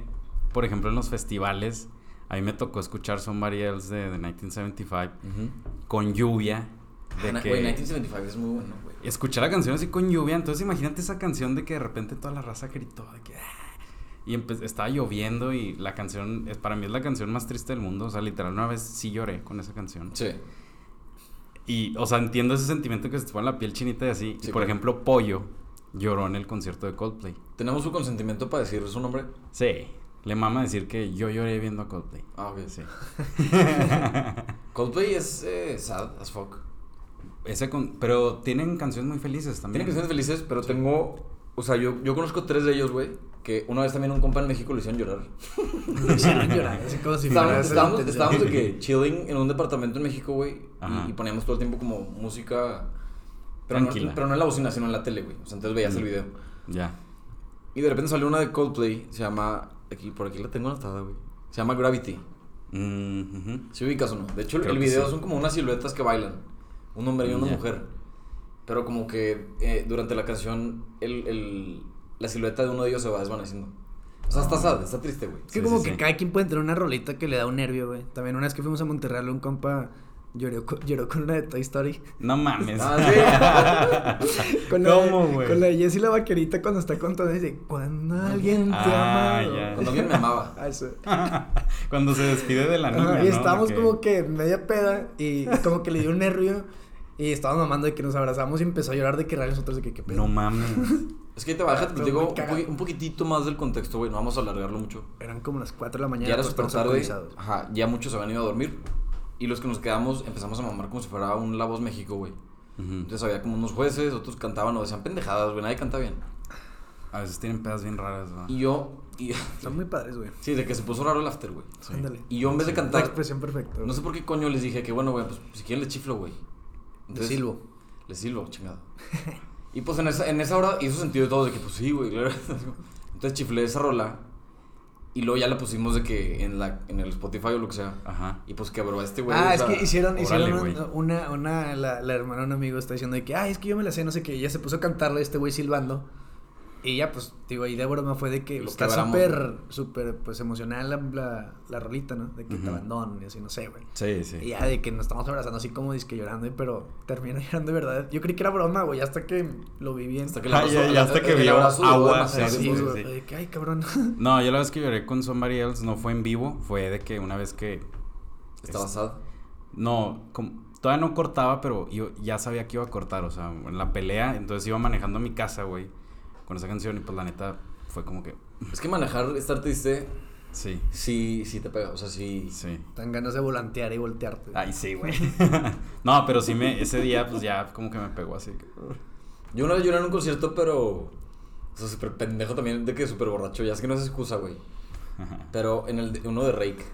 [SPEAKER 2] por ejemplo en los festivales, a mí me tocó escuchar Somebody Else de, de 1975 con lluvia.
[SPEAKER 3] Ah,
[SPEAKER 2] De
[SPEAKER 3] na-
[SPEAKER 2] que...
[SPEAKER 3] Güey, 1975 es muy bueno, güey.
[SPEAKER 2] escuchar la canción así con lluvia. Entonces imagínate esa canción de que de repente toda la raza gritó de que... "Ah", Y empe- estaba lloviendo y la canción, es- para mí es la canción más triste del mundo. O sea, literal, una vez sí lloré con esa canción.
[SPEAKER 3] Sí.
[SPEAKER 2] Y, o sea, entiendo ese sentimiento que se te pone la piel chinita y así.
[SPEAKER 3] Sí,
[SPEAKER 2] y, por
[SPEAKER 3] claro.
[SPEAKER 2] ejemplo, Pollo lloró en el concierto de Coldplay.
[SPEAKER 3] ¿Tenemos su consentimiento para decir su nombre?
[SPEAKER 2] Sí. Le mama decir que yo lloré viendo a Coldplay.
[SPEAKER 3] Ah, ok.
[SPEAKER 2] Sí.
[SPEAKER 3] Coldplay es eh, sad as fuck.
[SPEAKER 2] Ese con- pero tienen canciones muy felices
[SPEAKER 3] Tiene
[SPEAKER 2] también.
[SPEAKER 3] canciones felices, pero tengo... O sea, yo, yo conozco tres de ellos, güey. Que una vez también un compa en México lo hicieron llorar.
[SPEAKER 1] Me hicieron llorar, así como si fuera
[SPEAKER 3] estábamos,
[SPEAKER 1] esa
[SPEAKER 3] estábamos-
[SPEAKER 1] intención.
[SPEAKER 3] estábamos de
[SPEAKER 2] [laughs]
[SPEAKER 3] que chilling en un departamento en México, güey.
[SPEAKER 2] Ajá.
[SPEAKER 3] Y, y poníamos todo el tiempo como música. Pero
[SPEAKER 2] Tranquila.
[SPEAKER 3] No, pero no en la bocina, sino en la tele, güey. O sea, antes veías el
[SPEAKER 2] Mm.
[SPEAKER 3] video.
[SPEAKER 2] Ya.
[SPEAKER 3] Y de repente salió una de Coldplay. Se llama. Aquí, por aquí la tengo anotada, güey. Se llama Gravity.
[SPEAKER 2] Mm, ujú.
[SPEAKER 3] ¿Sí ubicas o no? De hecho, el-
[SPEAKER 2] Creo
[SPEAKER 3] el
[SPEAKER 2] que
[SPEAKER 3] video
[SPEAKER 2] sí.
[SPEAKER 3] son como unas siluetas que bailan. Un hombre y una
[SPEAKER 2] Ya.
[SPEAKER 3] mujer. Pero como que eh, durante la canción, el, el- la silueta de uno de ellos se va desvaneciendo. O sea,
[SPEAKER 2] Ah.
[SPEAKER 3] está sad, está triste, güey.
[SPEAKER 1] [laughs] Es que
[SPEAKER 2] Sí,
[SPEAKER 1] como
[SPEAKER 2] sí,
[SPEAKER 1] que
[SPEAKER 2] sí.
[SPEAKER 1] cada quien puede tener una rolita que le da un nervio, güey. También una vez que fuimos a Monterrey, un compa lloró, co- [laughs] lloró con una de Toy Story.
[SPEAKER 2] No mames. [laughs]
[SPEAKER 3] Ah,
[SPEAKER 1] Con la, de-
[SPEAKER 2] ¿Cómo, güey?
[SPEAKER 1] Con la de Jessie la vaquerita cuando está contando dice, cuando alguien te
[SPEAKER 2] Ah,
[SPEAKER 1] ama.
[SPEAKER 2] ya.
[SPEAKER 3] Cuando alguien me amaba.
[SPEAKER 1] Ah, eso.
[SPEAKER 2] Cuando se despide de la
[SPEAKER 1] Ajá,
[SPEAKER 2] niña.
[SPEAKER 1] y
[SPEAKER 2] ¿no?
[SPEAKER 1] estábamos
[SPEAKER 2] De
[SPEAKER 1] como que media peda y como que le dio un nervio y estábamos mamando de que nos abrazamos y empezó a llorar de que rayos nosotros de que qué pedo. [laughs]
[SPEAKER 2] No mames.
[SPEAKER 3] Es que ahí te baja, te
[SPEAKER 1] Pero
[SPEAKER 3] digo
[SPEAKER 1] me
[SPEAKER 3] un,
[SPEAKER 1] caga.
[SPEAKER 3] poqui- un poquitito más del contexto, güey. No vamos a alargarlo mucho.
[SPEAKER 1] Eran como las 4 de la mañana.
[SPEAKER 3] Ya era
[SPEAKER 1] pues,
[SPEAKER 3] súper
[SPEAKER 1] estábamos
[SPEAKER 3] tarde.
[SPEAKER 1] alcoholizados.
[SPEAKER 3] Ajá, ya muchos se habían ido a dormir. Y los que nos quedamos empezamos a mamar como si fuera un La Voz México, güey.
[SPEAKER 2] Mm. Ujú.
[SPEAKER 3] Entonces había como unos jueces, otros cantaban o decían pendejadas, güey. Nadie canta bien.
[SPEAKER 2] A veces tienen pedas bien raras, ¿no?
[SPEAKER 3] Y yo. y-
[SPEAKER 1] Están muy padres, güey.
[SPEAKER 3] sí, de que se puso raro el after, güey.
[SPEAKER 2] Sí.
[SPEAKER 1] Ándale.
[SPEAKER 3] Y yo en vez de
[SPEAKER 1] La
[SPEAKER 3] cantar.
[SPEAKER 1] expresión perfecta.
[SPEAKER 3] No sé por qué coño les dije que, bueno, güey, pues si quieren le chiflo, güey.
[SPEAKER 1] De
[SPEAKER 3] Entonces,
[SPEAKER 1] silbo.
[SPEAKER 3] Le silbo, chingado. [laughs] y pues en esa, en esa hora hizo sentido de todo, de que pues sí, güey. claro. [laughs] Entonces chiflé esa rola y luego ya la pusimos de que en, la, en el Spotify o lo que sea.
[SPEAKER 2] Ajá.
[SPEAKER 3] Y pues quebró a este güey.
[SPEAKER 1] Ah,
[SPEAKER 3] o
[SPEAKER 1] es
[SPEAKER 3] sea,
[SPEAKER 1] que hicieron,
[SPEAKER 2] órale,
[SPEAKER 1] hicieron
[SPEAKER 2] güey.
[SPEAKER 1] un- una, una, la, la hermana de un amigo está diciendo de que, ay, es que yo me la sé, no sé qué, y ella se puso a cantarle a este güey silbando. Y ya, pues, digo, ahí de broma fue de que
[SPEAKER 3] Lo
[SPEAKER 1] está
[SPEAKER 3] quebramos,
[SPEAKER 1] súper, súper, pues, emocional la, la, la rolita, ¿no? De que te
[SPEAKER 2] Ujú.
[SPEAKER 1] abandonen y así, no sé, güey.
[SPEAKER 2] Sí,
[SPEAKER 1] Y
[SPEAKER 2] sí.
[SPEAKER 1] ya de que nos estamos abrazando así como disque llorando, eh, pero termina [laughs] llorando de verdad. Yo creí que era broma, güey, hasta que lo viví en...
[SPEAKER 3] Hasta que
[SPEAKER 2] Ay,
[SPEAKER 3] el abrazo-
[SPEAKER 2] Ah, ya- ya hasta
[SPEAKER 3] el-
[SPEAKER 2] que
[SPEAKER 3] el
[SPEAKER 2] vio
[SPEAKER 3] abrazo duró
[SPEAKER 2] agua,
[SPEAKER 1] Sí,
[SPEAKER 3] demasiado
[SPEAKER 2] sí,
[SPEAKER 3] tiempo,
[SPEAKER 2] sí,
[SPEAKER 1] güey,
[SPEAKER 2] sí.
[SPEAKER 1] de que, ay, cabrón. [laughs]
[SPEAKER 2] No, yo la vez que lloré con Somebody Else no fue en vivo, fue de que una vez que
[SPEAKER 3] Estaba
[SPEAKER 2] Es-
[SPEAKER 3] sad.
[SPEAKER 2] No, como- todavía no cortaba, pero yo ya sabía que iba a cortar, o sea, en la pelea, entonces iba manejando a mi casa, güey, con esa canción y pues la neta fue como que,
[SPEAKER 3] Es que manejar, estar triste,
[SPEAKER 2] sí,
[SPEAKER 3] sí, sí te pega. O sea, sí.
[SPEAKER 2] sí.
[SPEAKER 1] Tan ganas de volantear y voltearte.
[SPEAKER 2] Ay, sí, güey. [laughs] no, pero sí me, ese día pues ya como que me pegó así. que- [laughs]
[SPEAKER 3] Yo una vez lloré en un concierto, pero. O sea, súper pendejo también, de que súper borracho. Ya es que no es excusa, güey. Pero en el de- uno de Rake.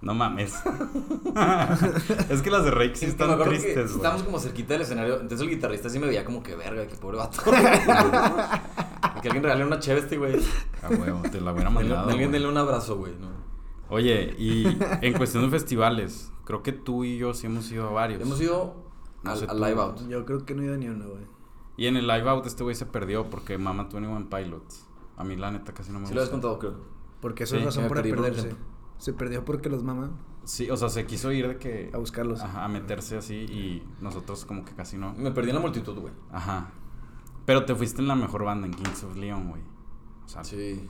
[SPEAKER 2] No mames. [laughs] es que las de Reiki sí
[SPEAKER 3] Es que me
[SPEAKER 2] están
[SPEAKER 3] acuerdo que
[SPEAKER 2] tristes, güey.
[SPEAKER 3] Estábamos como cerquita del escenario. Entonces el guitarrista sí me veía como que verga, que pobre
[SPEAKER 2] [laughs]
[SPEAKER 3] vato. que alguien regale una chévere a este güey.
[SPEAKER 2] A huevo, te la hubiera
[SPEAKER 3] Denle-
[SPEAKER 2] mandado.
[SPEAKER 3] Alguien
[SPEAKER 2] güey.
[SPEAKER 3] denle un abrazo, güey. ¿no?
[SPEAKER 2] Oye, y en cuestión de festivales, creo que tú y yo sí hemos ido a varios.
[SPEAKER 3] Hemos ido
[SPEAKER 2] No sé
[SPEAKER 3] al, al
[SPEAKER 2] tú.
[SPEAKER 3] live out.
[SPEAKER 1] Yo creo que no he ido a ni uno, güey.
[SPEAKER 2] Y en el live out este güey se perdió porque Mama 21 Pilots. A mí la neta casi no me
[SPEAKER 3] Sí
[SPEAKER 2] gusta.
[SPEAKER 3] lo habías contado, creo.
[SPEAKER 1] Porque eso
[SPEAKER 2] Sí,
[SPEAKER 1] es razón
[SPEAKER 3] me
[SPEAKER 1] para
[SPEAKER 3] perdí por la
[SPEAKER 1] perderse.
[SPEAKER 3] gente.
[SPEAKER 1] Se perdió porque los mama
[SPEAKER 2] Sí, o sea, se quiso ir de que...
[SPEAKER 1] a buscarlos.
[SPEAKER 2] Ajá, a meterse así y nosotros como que casi no.
[SPEAKER 3] Me perdí en la multitud, güey.
[SPEAKER 2] Ajá. Pero te fuiste en la mejor banda, en Kings of Leon, güey. O sea,
[SPEAKER 3] Sí.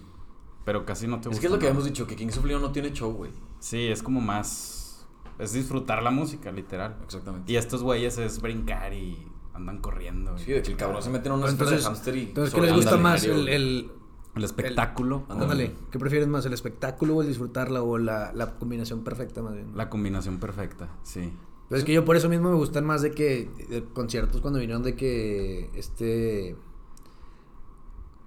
[SPEAKER 2] pero casi no te Ah, gusta.
[SPEAKER 3] Es que es lo que
[SPEAKER 2] nada.
[SPEAKER 3] habíamos dicho, que Kings of Leon no tiene show, güey.
[SPEAKER 2] Sí, es como más... Es disfrutar la música, literal.
[SPEAKER 3] Exactamente.
[SPEAKER 2] Y estos güeyes es brincar y andan corriendo. y-
[SPEAKER 3] Sí, de que el cabrón se mete en una esfera de
[SPEAKER 1] entonces,
[SPEAKER 3] hámster y...
[SPEAKER 1] entonces ¿qué
[SPEAKER 3] sobre-
[SPEAKER 1] les gusta
[SPEAKER 3] ándale,
[SPEAKER 1] más?
[SPEAKER 3] Mario,
[SPEAKER 1] El,
[SPEAKER 3] güey.
[SPEAKER 1] el-
[SPEAKER 2] El espectáculo.
[SPEAKER 3] Ándale.
[SPEAKER 1] ándale, ¿qué prefieren más? ¿El espectáculo o el disfrutarla o la, la combinación perfecta más bien?
[SPEAKER 2] La combinación perfecta, sí.
[SPEAKER 1] Pero es que yo por eso mismo me gustan más de que de conciertos cuando vinieron de que este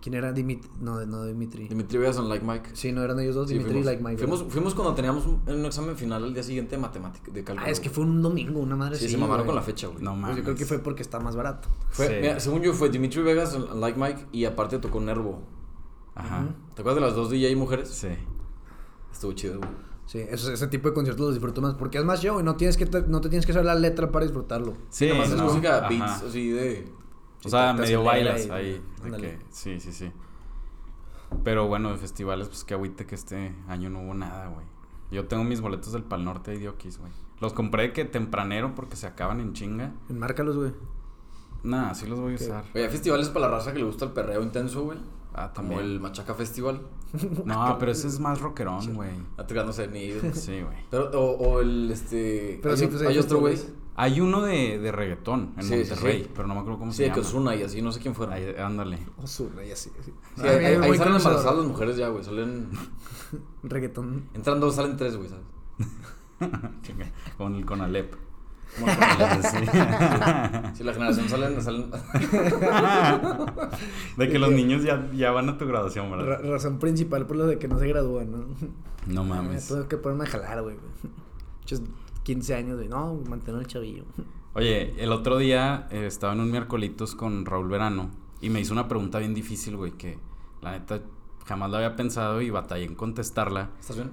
[SPEAKER 1] ¿Quién era Dimitri? No, no Dimitri.
[SPEAKER 3] Dimitri Vegas and Like Mike.
[SPEAKER 1] Sí, no eran ellos dos,
[SPEAKER 3] Sí,
[SPEAKER 1] Dimitri y
[SPEAKER 3] fuimos,
[SPEAKER 1] Like Mike. ¿verdad?
[SPEAKER 3] Fuimos, fuimos cuando teníamos un, en un examen final el día siguiente de matemática, de cálculo.
[SPEAKER 1] Ah, es que
[SPEAKER 3] güey.
[SPEAKER 1] fue un domingo, una madre
[SPEAKER 3] Sí,
[SPEAKER 1] así,
[SPEAKER 3] se mamaron
[SPEAKER 1] güey.
[SPEAKER 3] con la fecha, güey.
[SPEAKER 2] No
[SPEAKER 1] Pues
[SPEAKER 2] mames.
[SPEAKER 1] yo creo que fue porque está más barato.
[SPEAKER 3] Fue-
[SPEAKER 2] Sí.
[SPEAKER 3] mira, según yo fue Dimitri Vegas and Like Mike y aparte tocó Nervo.
[SPEAKER 2] Ajá.
[SPEAKER 1] Ujú.
[SPEAKER 3] ¿Te acuerdas de las dos DJ mujeres?
[SPEAKER 2] Sí.
[SPEAKER 3] Estuvo chido, güey.
[SPEAKER 1] Sí, eso- ese tipo de conciertos los disfruto más porque es más show y no tienes que te- no te tienes que saber la letra para disfrutarlo.
[SPEAKER 2] Sí,
[SPEAKER 3] Nomás es
[SPEAKER 2] no,
[SPEAKER 3] música
[SPEAKER 2] ajá.
[SPEAKER 3] beats así de...
[SPEAKER 2] O sea,
[SPEAKER 1] te
[SPEAKER 2] medio
[SPEAKER 1] acelera
[SPEAKER 2] bailas
[SPEAKER 1] y-
[SPEAKER 2] ahí. de
[SPEAKER 1] ándale.
[SPEAKER 2] que- sí, sí, sí. Pero bueno, de festivales, pues qué agüite que este año no hubo nada, güey. Yo tengo mis boletos del Pal Norte y Dioquis, güey. Los compré que tempranero porque se acaban en chinga.
[SPEAKER 1] Enmárcalos, güey.
[SPEAKER 2] Nah, sí los voy a
[SPEAKER 1] ¿Qué?
[SPEAKER 2] usar.
[SPEAKER 3] Oye, hay festivales para la raza que le gusta el perreo intenso, güey.
[SPEAKER 2] Ah,
[SPEAKER 3] Como
[SPEAKER 2] también.
[SPEAKER 3] el [laughs] Machaca Festival.
[SPEAKER 2] No, pero ese es más rockerón, güey.
[SPEAKER 3] No te creas, no sé, ni he ido.
[SPEAKER 1] [laughs]
[SPEAKER 2] Sí, güey.
[SPEAKER 3] Pero, o, o el, este...
[SPEAKER 1] Pero
[SPEAKER 3] hay,
[SPEAKER 1] sí,
[SPEAKER 3] un-
[SPEAKER 1] pues, hay
[SPEAKER 3] hay otro, güey.
[SPEAKER 1] festivales.
[SPEAKER 2] Hay uno de, de reggaetón en
[SPEAKER 3] Sí, sí,
[SPEAKER 2] Monterrey,
[SPEAKER 3] sí.
[SPEAKER 2] pero no me acuerdo cómo
[SPEAKER 3] Sí,
[SPEAKER 2] se
[SPEAKER 3] de que
[SPEAKER 2] llama.
[SPEAKER 3] Ozuna y así, no sé quién fueron.
[SPEAKER 2] Ahí, ándale. [laughs]
[SPEAKER 1] Osuna y así. así.
[SPEAKER 3] Sí,
[SPEAKER 1] Sí,
[SPEAKER 3] ahí,
[SPEAKER 1] a mí me
[SPEAKER 3] ahí
[SPEAKER 1] voy
[SPEAKER 3] salen
[SPEAKER 1] con eso.
[SPEAKER 3] embarazadas las mujeres ya, güey. Salen...
[SPEAKER 1] Reggaetón.
[SPEAKER 3] Entran dos, salen tres, güey, ¿sabes?
[SPEAKER 2] Con el Conalep.
[SPEAKER 3] Como cuando-
[SPEAKER 2] [laughs]
[SPEAKER 3] [laughs]
[SPEAKER 2] Sí.
[SPEAKER 3] Si la generación salen... salen...
[SPEAKER 2] De que los niños ya, ya van a tu graduación,
[SPEAKER 1] Ra-
[SPEAKER 2] ¿verdad?
[SPEAKER 1] razón principal por lo de que no se gradúan, ¿no?
[SPEAKER 2] No
[SPEAKER 1] Ah,
[SPEAKER 2] mames.
[SPEAKER 1] Tuve que ponerme a jalar, güey. Muchos 15 años, güey. No, mantener el chavillo.
[SPEAKER 2] Oye, el otro día eh, estaba en un miércolitos con Raúl Verano y me hizo una pregunta bien difícil, güey, que la neta jamás la había pensado y batallé en contestarla.
[SPEAKER 3] ¿Estás bien?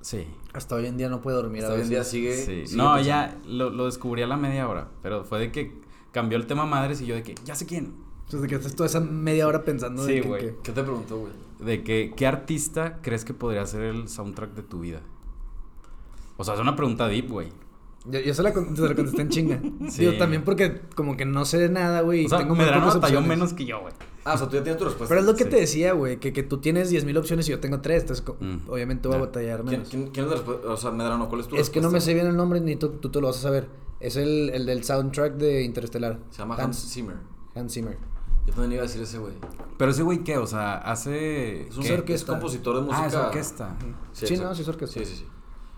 [SPEAKER 2] Sí.
[SPEAKER 1] Hasta hoy en día no puedo dormir. a
[SPEAKER 3] Hasta hoy en día
[SPEAKER 1] veces.
[SPEAKER 3] sigue...
[SPEAKER 2] sí.
[SPEAKER 3] sigue
[SPEAKER 2] No,
[SPEAKER 1] pues,
[SPEAKER 3] pensando.
[SPEAKER 2] ya lo, lo descubrí a la media hora, pero fue de que cambió el tema madres y yo de que, ya sé quién.
[SPEAKER 1] Entonces, de que estás toda esa media hora pensando.
[SPEAKER 2] Sí,
[SPEAKER 1] de que-
[SPEAKER 2] güey.
[SPEAKER 1] que-
[SPEAKER 3] ¿Qué te preguntó, güey?
[SPEAKER 2] De que, ¿qué artista crees que podría ser el soundtrack de tu vida? O sea, es una pregunta deep, güey.
[SPEAKER 1] Yo, yo se la, con- se la contesté en chinga.
[SPEAKER 2] Sí.
[SPEAKER 1] Digo, también porque como que no sé de nada, güey. y
[SPEAKER 2] O sea,
[SPEAKER 1] tengo muy
[SPEAKER 2] Medrano
[SPEAKER 1] pocas
[SPEAKER 2] batalló
[SPEAKER 1] opciones.
[SPEAKER 2] menos que yo, güey.
[SPEAKER 3] Ah, o sea, tú ya tienes tu respuesta.
[SPEAKER 1] Pero es lo que
[SPEAKER 2] Sí.
[SPEAKER 1] te decía, güey, que, que tú tienes 10.000 opciones y yo tengo 3. Entonces, co-
[SPEAKER 2] Mm.
[SPEAKER 1] obviamente voy a
[SPEAKER 2] Ya.
[SPEAKER 1] batallar
[SPEAKER 3] ¿Quién,
[SPEAKER 1] menos.
[SPEAKER 3] quién, quién es la respuesta? O sea, Medrano, ¿cuál es tu
[SPEAKER 1] Es que no me
[SPEAKER 3] respuesta?
[SPEAKER 1] sé bien el nombre ni tú, tú te lo vas a saber. Es el, el del soundtrack de Interestelar.
[SPEAKER 3] Se llama Hans Zimmer.
[SPEAKER 1] Hans Zimmer.
[SPEAKER 3] Yo también iba a decir ese, güey.
[SPEAKER 2] Pero ese güey, ¿qué? O sea, hace...
[SPEAKER 3] Es un
[SPEAKER 2] ¿qué?
[SPEAKER 1] ser
[SPEAKER 3] es
[SPEAKER 1] orquesta.
[SPEAKER 3] compositor de música.
[SPEAKER 2] Ah, es orquesta.
[SPEAKER 1] Sí, no,
[SPEAKER 3] exacto.
[SPEAKER 1] sí es orquesta.
[SPEAKER 3] Sí, sí, sí.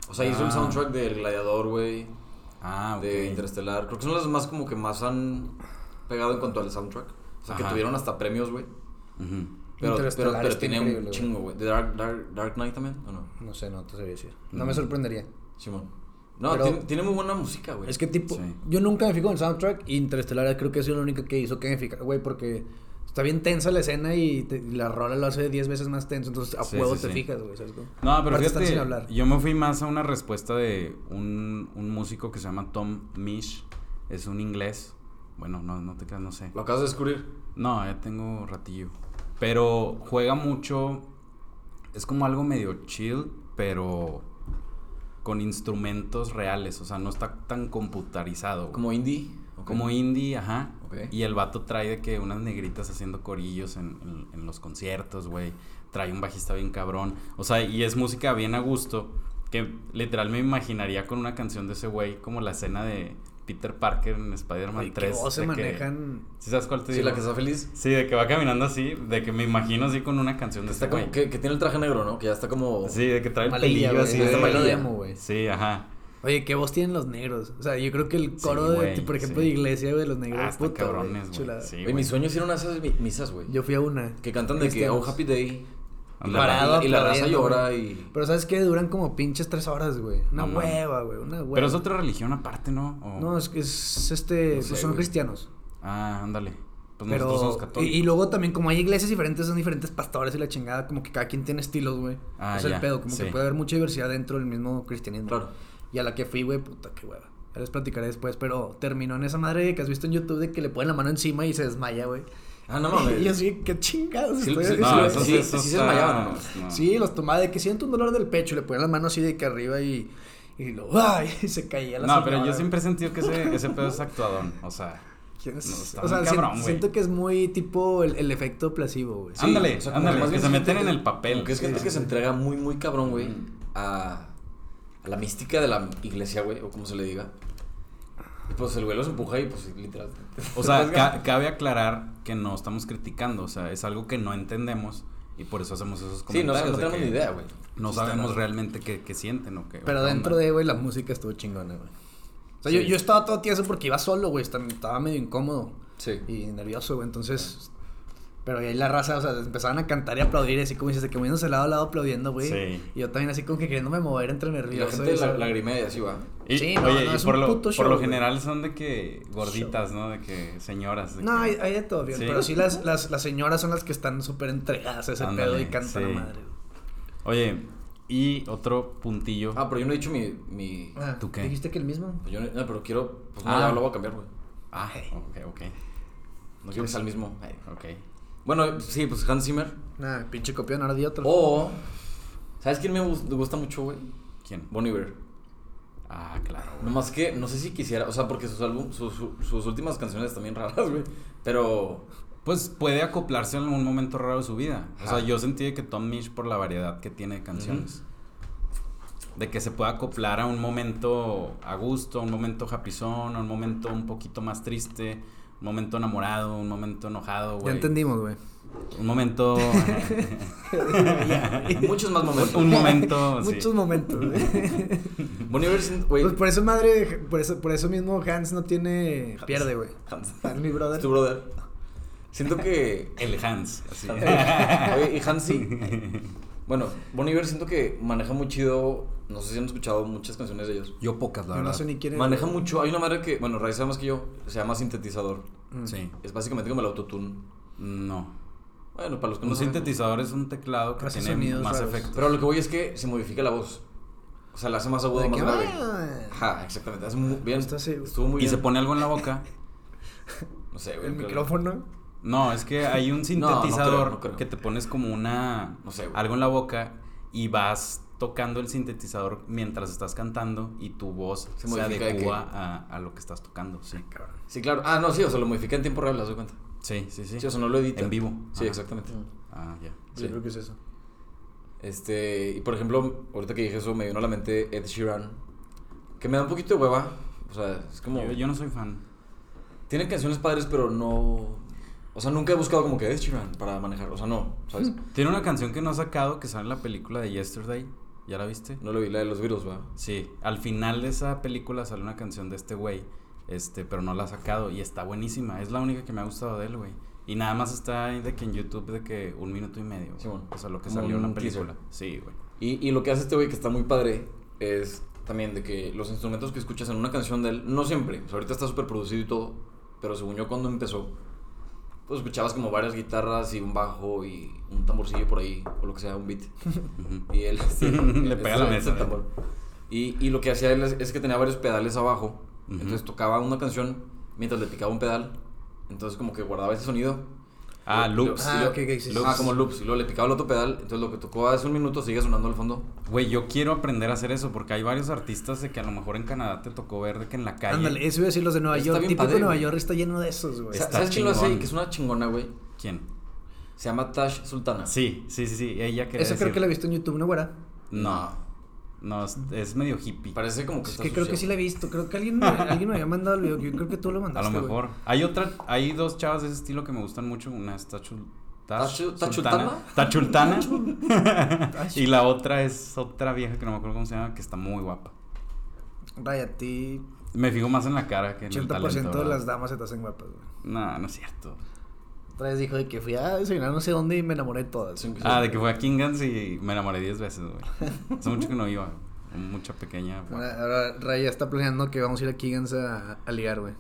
[SPEAKER 3] O sea, hizo
[SPEAKER 2] Ah.
[SPEAKER 3] el soundtrack del Gladiador, güey,
[SPEAKER 2] Ah, ok.
[SPEAKER 3] de Interestelar. Creo que son las más como que más han pegado en cuanto al soundtrack. O sea, que
[SPEAKER 2] Ajá.
[SPEAKER 3] tuvieron hasta premios, güey.
[SPEAKER 2] Ujú.
[SPEAKER 3] Pero, pero,
[SPEAKER 1] Interestelar
[SPEAKER 3] pero
[SPEAKER 1] está
[SPEAKER 3] tiene
[SPEAKER 1] increíble,
[SPEAKER 3] un
[SPEAKER 1] güey.
[SPEAKER 3] chingo, güey. ¿De Dark, Dark, Dark Knight también? ¿O no?
[SPEAKER 1] No sé, no te sabría decir. No
[SPEAKER 2] Mm.
[SPEAKER 1] me sorprendería.
[SPEAKER 3] Simón. No,
[SPEAKER 1] Pero-
[SPEAKER 3] tiene, tiene muy buena música, güey.
[SPEAKER 1] Es que tipo,
[SPEAKER 2] Sí.
[SPEAKER 1] yo nunca me fijo en el soundtrack y Interestelar creo que es la única que hizo que me fijara, güey, porque está bien tensa la escena y, te- y la rola lo hace 10 veces más tenso, entonces a
[SPEAKER 2] Sí,
[SPEAKER 1] huevo
[SPEAKER 2] sí,
[SPEAKER 1] te
[SPEAKER 2] sí.
[SPEAKER 1] fijas, güey, ¿sabes cómo?
[SPEAKER 2] No, pero
[SPEAKER 1] Aparte están
[SPEAKER 2] fíjate,
[SPEAKER 1] sin hablar.
[SPEAKER 2] yo me fui más a una respuesta de un, un músico que se llama Tom Misch. Es un inglés. Bueno, no, no te creas, no sé.
[SPEAKER 3] Lo acabas de descubrir.
[SPEAKER 2] No, ya tengo ratillo. Pero juega mucho. Es como algo medio chill, pero con instrumentos reales. O sea, no está tan computarizado. güey.
[SPEAKER 3] Como indie. ok.
[SPEAKER 2] Como indie, ajá.
[SPEAKER 3] Ok.
[SPEAKER 2] Y el vato trae de que unas negritas haciendo corillos en, en- en los conciertos, güey. Trae un bajista bien cabrón. O sea, y es música bien a gusto. Que literal me imaginaría con una canción de ese güey, como la escena de Peter Parker en Spider-Man
[SPEAKER 1] Güey, qué
[SPEAKER 2] 3.
[SPEAKER 1] voz se
[SPEAKER 2] de que-
[SPEAKER 1] manejan.
[SPEAKER 2] ¿Sí sabes cuál te
[SPEAKER 3] Sí,
[SPEAKER 2] digo?
[SPEAKER 3] la que está feliz.
[SPEAKER 2] Sí, de que va caminando así, de que me imagino así con una canción de este
[SPEAKER 3] Está como,
[SPEAKER 2] güey.
[SPEAKER 3] que, que tiene el traje negro, ¿no? Que ya está como.
[SPEAKER 2] Sí, de que trae el
[SPEAKER 1] Malilla,
[SPEAKER 2] pelillo
[SPEAKER 1] güey.
[SPEAKER 2] así.
[SPEAKER 1] es
[SPEAKER 3] esta
[SPEAKER 1] de
[SPEAKER 2] de-
[SPEAKER 3] malilla.
[SPEAKER 1] emo, güey.
[SPEAKER 2] Sí, ajá.
[SPEAKER 1] Oye, ¿qué voz tienen los negros? O sea, yo creo que el
[SPEAKER 2] Sí,
[SPEAKER 1] coro de,
[SPEAKER 2] güey,
[SPEAKER 1] por ejemplo,
[SPEAKER 2] sí.
[SPEAKER 1] de iglesia, güey, los negros.
[SPEAKER 2] Ah, están
[SPEAKER 1] puta, güey,
[SPEAKER 2] cabrones, güey.
[SPEAKER 1] chulada.
[SPEAKER 2] Sí,
[SPEAKER 3] Güey,
[SPEAKER 2] güey.
[SPEAKER 3] mis sueños eran esas mi- misas, güey.
[SPEAKER 1] Yo fui a una.
[SPEAKER 3] Que cantan de que,
[SPEAKER 1] Cristianos.
[SPEAKER 3] oh, happy day. Y
[SPEAKER 2] Ándale.
[SPEAKER 1] Parado
[SPEAKER 3] la, y la raza
[SPEAKER 1] aplaudiendo,
[SPEAKER 3] llora
[SPEAKER 1] güey.
[SPEAKER 3] y.
[SPEAKER 1] Pero ¿sabes qué? Duran como pinches tres horas, güey. Una
[SPEAKER 2] No mames.
[SPEAKER 1] hueva, güey. Una hueva.
[SPEAKER 2] Pero es otra religión aparte, ¿no? O-
[SPEAKER 1] No, es que es este.
[SPEAKER 3] No
[SPEAKER 1] pues
[SPEAKER 3] sé,
[SPEAKER 1] son
[SPEAKER 3] güey.
[SPEAKER 1] cristianos.
[SPEAKER 2] Ah, ándale. Pues
[SPEAKER 1] pero.
[SPEAKER 2] nosotros somos
[SPEAKER 1] y,
[SPEAKER 2] católicos.
[SPEAKER 1] y luego también, como hay iglesias diferentes, son diferentes pastores y la chingada. Como que cada quien tiene estilos, güey.
[SPEAKER 2] Ah,
[SPEAKER 1] es el
[SPEAKER 2] ya,
[SPEAKER 1] pedo. Como
[SPEAKER 2] sí.
[SPEAKER 1] que puede haber mucha diversidad dentro del mismo cristianismo.
[SPEAKER 3] Claro.
[SPEAKER 1] Y a la que fui, güey, puta, qué hueva. Ya les platicaré después, pero terminó en esa madre que has visto en YouTube de que le ponen la mano encima y se desmaya, güey.
[SPEAKER 3] Ah, no
[SPEAKER 1] [laughs]
[SPEAKER 3] mames.
[SPEAKER 1] Y yo así, qué chingados.
[SPEAKER 3] Sí,
[SPEAKER 1] estoy
[SPEAKER 3] sí,
[SPEAKER 1] haciendo,
[SPEAKER 2] No,
[SPEAKER 1] güey?"
[SPEAKER 2] eso
[SPEAKER 3] sí,
[SPEAKER 2] eso
[SPEAKER 3] sí se
[SPEAKER 2] está-
[SPEAKER 3] desmayaban,
[SPEAKER 2] no.
[SPEAKER 1] Sí, los tomaba de que siento un dolor del pecho, y le ponían las manos así de que arriba y, y lo, [laughs] ¡ay! Y se caía la
[SPEAKER 2] No, pero yo
[SPEAKER 1] señora.
[SPEAKER 2] siempre he sentido que ese, ese pedo es actuadón. O sea,
[SPEAKER 1] ¿Quién es?
[SPEAKER 2] No, está
[SPEAKER 1] o sea,
[SPEAKER 2] muy
[SPEAKER 1] sien-
[SPEAKER 2] cabrón, güey. Ah,
[SPEAKER 1] siento que es muy tipo el, el efecto placebo, güey.
[SPEAKER 2] Sí. Ándale,
[SPEAKER 3] como
[SPEAKER 2] ándale,
[SPEAKER 3] más
[SPEAKER 2] que
[SPEAKER 3] bien
[SPEAKER 2] se
[SPEAKER 3] es
[SPEAKER 2] meten
[SPEAKER 3] gente-
[SPEAKER 2] en el papel.
[SPEAKER 3] como Que es
[SPEAKER 2] Sí,
[SPEAKER 3] gente que se entrega muy, muy cabrón, güey,
[SPEAKER 2] Ujú.
[SPEAKER 3] a, a la mística de la iglesia, güey, o como se le diga. Y pues el güey los empuja y pues literal.
[SPEAKER 2] o sea ca- cabe aclarar que no estamos criticando. O sea, es algo que no entendemos y por eso hacemos esos
[SPEAKER 3] Sí, no,
[SPEAKER 2] comentarios. de
[SPEAKER 3] no tenemos
[SPEAKER 2] que
[SPEAKER 3] ni idea, güey.
[SPEAKER 2] No
[SPEAKER 3] Sí, está
[SPEAKER 2] sabemos
[SPEAKER 3] raro.
[SPEAKER 2] realmente qué, qué sienten o qué.
[SPEAKER 1] Pero dentro de, güey, la música estuvo chingona, güey. O sea,
[SPEAKER 3] Sí.
[SPEAKER 1] yo, yo estaba todo tieso porque iba solo, güey. Estaba, estaba medio incómodo
[SPEAKER 3] Sí.
[SPEAKER 1] y nervioso, güey. Entonces. Pero ahí la raza, o sea, empezaban a cantar y aplaudir, así como dices, de que moviéndose de lado a lado aplaudiendo, güey.
[SPEAKER 2] Sí.
[SPEAKER 1] Y yo también así como que queriéndome mover entre
[SPEAKER 3] Y la
[SPEAKER 1] nervioso.
[SPEAKER 3] gente
[SPEAKER 1] y-
[SPEAKER 3] la, lagrimea y así va.
[SPEAKER 2] Y,
[SPEAKER 1] Sí, no,
[SPEAKER 2] oye,
[SPEAKER 1] no,
[SPEAKER 2] y
[SPEAKER 1] es
[SPEAKER 2] por,
[SPEAKER 1] un
[SPEAKER 2] lo,
[SPEAKER 1] puto
[SPEAKER 2] por
[SPEAKER 1] show,
[SPEAKER 2] lo
[SPEAKER 1] güey.
[SPEAKER 2] general son de que gorditas, ¿no? De que señoras. de
[SPEAKER 1] No,
[SPEAKER 2] que-
[SPEAKER 1] hay, hay de todo, bien.
[SPEAKER 2] Sí.
[SPEAKER 1] Pero sí, las, las, las señoras son las que están súper entregadas a ese
[SPEAKER 2] Ándale,
[SPEAKER 1] pedo y cantan
[SPEAKER 2] sí.
[SPEAKER 1] a madre. güey.
[SPEAKER 2] Oye, y otro puntillo.
[SPEAKER 3] Ah, pero yo no he dicho mi. mi... pues
[SPEAKER 1] Ah,
[SPEAKER 2] ¿Tú qué?
[SPEAKER 1] ¿Dijiste que el mismo?
[SPEAKER 3] Yo no, no, pero quiero. Pues no,
[SPEAKER 2] Ah.
[SPEAKER 3] ya lo voy a cambiar, güey.
[SPEAKER 2] Ah, ok, ok.
[SPEAKER 3] No quiero que sea el mismo.
[SPEAKER 2] Ok.
[SPEAKER 3] Bueno, sí, pues Hans Zimmer.
[SPEAKER 1] Nah, pinche copión, ahora di otro.
[SPEAKER 3] O. ¿Sabes quién me gus- gusta mucho, güey?
[SPEAKER 2] ¿Quién?
[SPEAKER 3] Bon Iver.
[SPEAKER 2] Ah, claro. güey.
[SPEAKER 3] Nomás que no sé si quisiera, o sea, porque sus, álbum, sus, su- sus últimas canciones también raras, güey. Pero
[SPEAKER 2] Pues puede acoplarse en algún momento raro de su vida. O sea,
[SPEAKER 3] Ajá.
[SPEAKER 2] yo sentí de que Tom Misch, por la variedad que tiene de canciones, de que se puede acoplar a un momento a gusto, a un momento japizón, a un momento un poquito más triste, un momento enamorado, un momento enojado,
[SPEAKER 1] ya
[SPEAKER 2] güey.
[SPEAKER 1] entendimos, güey.
[SPEAKER 2] Un [laughs] momento.
[SPEAKER 3] muchos más momentos.
[SPEAKER 2] un momento. Oh, sí.
[SPEAKER 1] Muchos momentos, güey.
[SPEAKER 3] Bon Iver, sin- güey.
[SPEAKER 1] Pues por eso madre, por eso, por eso mismo Hans no tiene. Pierde, güey.
[SPEAKER 3] Hans.
[SPEAKER 1] Hans, mi
[SPEAKER 3] Es tu
[SPEAKER 1] brother.
[SPEAKER 3] brother. Siento que.
[SPEAKER 2] El Hans. así.
[SPEAKER 3] [laughs] Oye, y
[SPEAKER 2] [laughs]
[SPEAKER 3] Hansi. Bueno, Bon Iver siento que maneja muy chido. No sé si han escuchado muchas canciones de ellos.
[SPEAKER 2] Yo pocas, la
[SPEAKER 1] Yo no
[SPEAKER 2] verdad.
[SPEAKER 1] sé ni quién es.
[SPEAKER 3] Maneja mucho. Hay una madre que, bueno, Raíz sabe más que yo, se llama sintetizador.
[SPEAKER 1] Mm.
[SPEAKER 2] Sí.
[SPEAKER 3] Es básicamente como el autotune.
[SPEAKER 2] Mm, No.
[SPEAKER 3] Bueno, para los que no
[SPEAKER 2] Un
[SPEAKER 3] saben.
[SPEAKER 2] sintetizador es un teclado que
[SPEAKER 1] Hace
[SPEAKER 2] tiene
[SPEAKER 1] sonidos
[SPEAKER 2] más
[SPEAKER 1] raros.
[SPEAKER 2] efectos.
[SPEAKER 3] Pero lo que voy es que se modifica la voz. O sea, la hace más aguda,
[SPEAKER 1] De
[SPEAKER 3] más
[SPEAKER 1] que,
[SPEAKER 3] grave.
[SPEAKER 1] ah.
[SPEAKER 3] Ajá, exactamente. Hace muy bien.
[SPEAKER 1] Está así, güey.
[SPEAKER 3] Estuvo muy
[SPEAKER 2] y
[SPEAKER 3] bien.
[SPEAKER 2] se pone algo en la boca.
[SPEAKER 3] [laughs] No sé, güey.
[SPEAKER 1] El
[SPEAKER 3] creo-
[SPEAKER 1] micrófono.
[SPEAKER 2] No, es que hay un
[SPEAKER 3] No, no creo,
[SPEAKER 2] sintetizador
[SPEAKER 3] no creo.
[SPEAKER 2] que te pones como una
[SPEAKER 3] No sé, güey.
[SPEAKER 2] algo en la boca y vas tocando el sintetizador mientras estás cantando y tu voz se,
[SPEAKER 3] Se modifica de
[SPEAKER 2] adecua
[SPEAKER 3] que-
[SPEAKER 2] a, a lo que estás tocando. Sí,
[SPEAKER 3] Sí, claro. Ah, no, sí, o sea, lo modifica en tiempo real, ¿las doy cuenta?
[SPEAKER 2] sí, sí. sí.
[SPEAKER 3] Sí, o sea, no lo edita.
[SPEAKER 2] En vivo.
[SPEAKER 3] Sí,
[SPEAKER 2] Ajá.
[SPEAKER 3] exactamente.
[SPEAKER 2] Ah, ya.
[SPEAKER 3] Sí.
[SPEAKER 1] Yo creo que es eso.
[SPEAKER 3] Este, y por ejemplo, ahorita que dije eso, me vino a la mente Ed Sheeran. Que me da un poquito de hueva. O sea, es como.
[SPEAKER 2] Yo, yo no soy fan.
[SPEAKER 3] Tienen canciones padres, pero no. O sea, nunca he buscado como que Ed Sheeran para manejar. O sea, no, ¿sabes?
[SPEAKER 2] Tiene una canción que no ha sacado que sale en la película de Yesterday. ¿Ya la viste?
[SPEAKER 3] No lo vi, la de los virus, va.
[SPEAKER 2] Sí, al final de esa película sale una canción de este güey, este, pero no la ha sacado y está buenísima. Es la única que me ha gustado de él, güey. Y nada más está ahí de que en YouTube de que un minuto y medio. güey.
[SPEAKER 3] Simón.
[SPEAKER 2] o sea, lo que
[SPEAKER 3] Como
[SPEAKER 2] salió en la
[SPEAKER 3] un teaser.
[SPEAKER 2] película. Sí, güey.
[SPEAKER 3] Y, y lo que hace este güey que está muy padre es también de que los instrumentos que escuchas en una canción de él, no siempre, o sea, ahorita está súper producido y todo, pero según yo cuando empezó, pues escuchabas como varias guitarras y un bajo y un tamborcillo por ahí, o lo que sea, un beat.
[SPEAKER 2] Ujú.
[SPEAKER 3] Y él [laughs]
[SPEAKER 2] [laughs]
[SPEAKER 3] sí,
[SPEAKER 2] Le pega a la mesa,
[SPEAKER 3] ese-
[SPEAKER 2] ¿eh?
[SPEAKER 3] ese tambor. Y, y lo que hacía él es, es que tenía varios pedales abajo,
[SPEAKER 2] Ujú.
[SPEAKER 3] entonces tocaba una canción mientras le picaba un pedal, entonces como que guardaba ese sonido
[SPEAKER 2] Ah,
[SPEAKER 3] Luego-
[SPEAKER 2] loops.
[SPEAKER 3] y
[SPEAKER 1] Ah,
[SPEAKER 3] luego-
[SPEAKER 1] ok, ok, sí,
[SPEAKER 3] loops.
[SPEAKER 1] sí,
[SPEAKER 3] Ah, como
[SPEAKER 1] sí.
[SPEAKER 3] loops. Y luego le picaba el otro pedal. Entonces lo que tocó hace un minuto sigue sonando al fondo.
[SPEAKER 2] Güey, yo quiero aprender a hacer eso porque hay varios artistas de que a lo mejor en Canadá te tocó ver de que en la calle.
[SPEAKER 1] Ándale, eso iba a decir los de Nueva
[SPEAKER 3] Está
[SPEAKER 1] York.
[SPEAKER 3] bien
[SPEAKER 1] Típico
[SPEAKER 3] padre,
[SPEAKER 1] Nueva
[SPEAKER 3] güey.
[SPEAKER 1] York está lleno de esos, güey.
[SPEAKER 2] Pues Está
[SPEAKER 3] ¿Sabes quién lo hace?
[SPEAKER 2] chingón.
[SPEAKER 3] Y que es una chingona, güey.
[SPEAKER 2] ¿Quién?
[SPEAKER 3] Se llama Tash Sultana.
[SPEAKER 2] Sí, sí, sí, sí. Ella quería
[SPEAKER 1] Esa creo
[SPEAKER 2] decir-
[SPEAKER 1] que la he visto en YouTube, ¿no, güera?
[SPEAKER 2] No. No, es, es medio hippie.
[SPEAKER 3] Parece como que
[SPEAKER 1] Es
[SPEAKER 3] está
[SPEAKER 1] que creo
[SPEAKER 3] sucia,
[SPEAKER 1] que sí
[SPEAKER 3] güey.
[SPEAKER 1] la he visto. Creo que
[SPEAKER 3] [laughs]
[SPEAKER 1] alguien me, alguien me había mandado el video. Yo creo que tú lo
[SPEAKER 2] A
[SPEAKER 1] mandaste.
[SPEAKER 2] lo
[SPEAKER 1] güey.
[SPEAKER 2] mejor. Hay otra, hay dos chavas de ese estilo que me gustan mucho. Una es Tachul,
[SPEAKER 3] Tachu-
[SPEAKER 2] Tachultana.
[SPEAKER 1] Tachu.
[SPEAKER 2] y la otra es otra vieja que no me acuerdo cómo se llama, que está muy guapa.
[SPEAKER 1] Raya, a ti
[SPEAKER 2] Me fijo más en la cara que en
[SPEAKER 1] 80%
[SPEAKER 2] el talento.
[SPEAKER 1] de
[SPEAKER 2] ¿verdad?
[SPEAKER 1] las damas se te hacen guapas, güey.
[SPEAKER 2] No, no es cierto.
[SPEAKER 1] Otra vez dijo de que fui a desayunar no sé dónde y me enamoré de todas.
[SPEAKER 3] Sí,
[SPEAKER 2] Ah, de que fue a King Guns y me enamoré 10 veces, güey. Hace mucho que no iba. Mucha
[SPEAKER 1] [laughs]
[SPEAKER 2] pequeña. guapa.
[SPEAKER 1] Ahora, ahora Raya está planeando que vamos a ir a Keegan's a, a ligar, güey.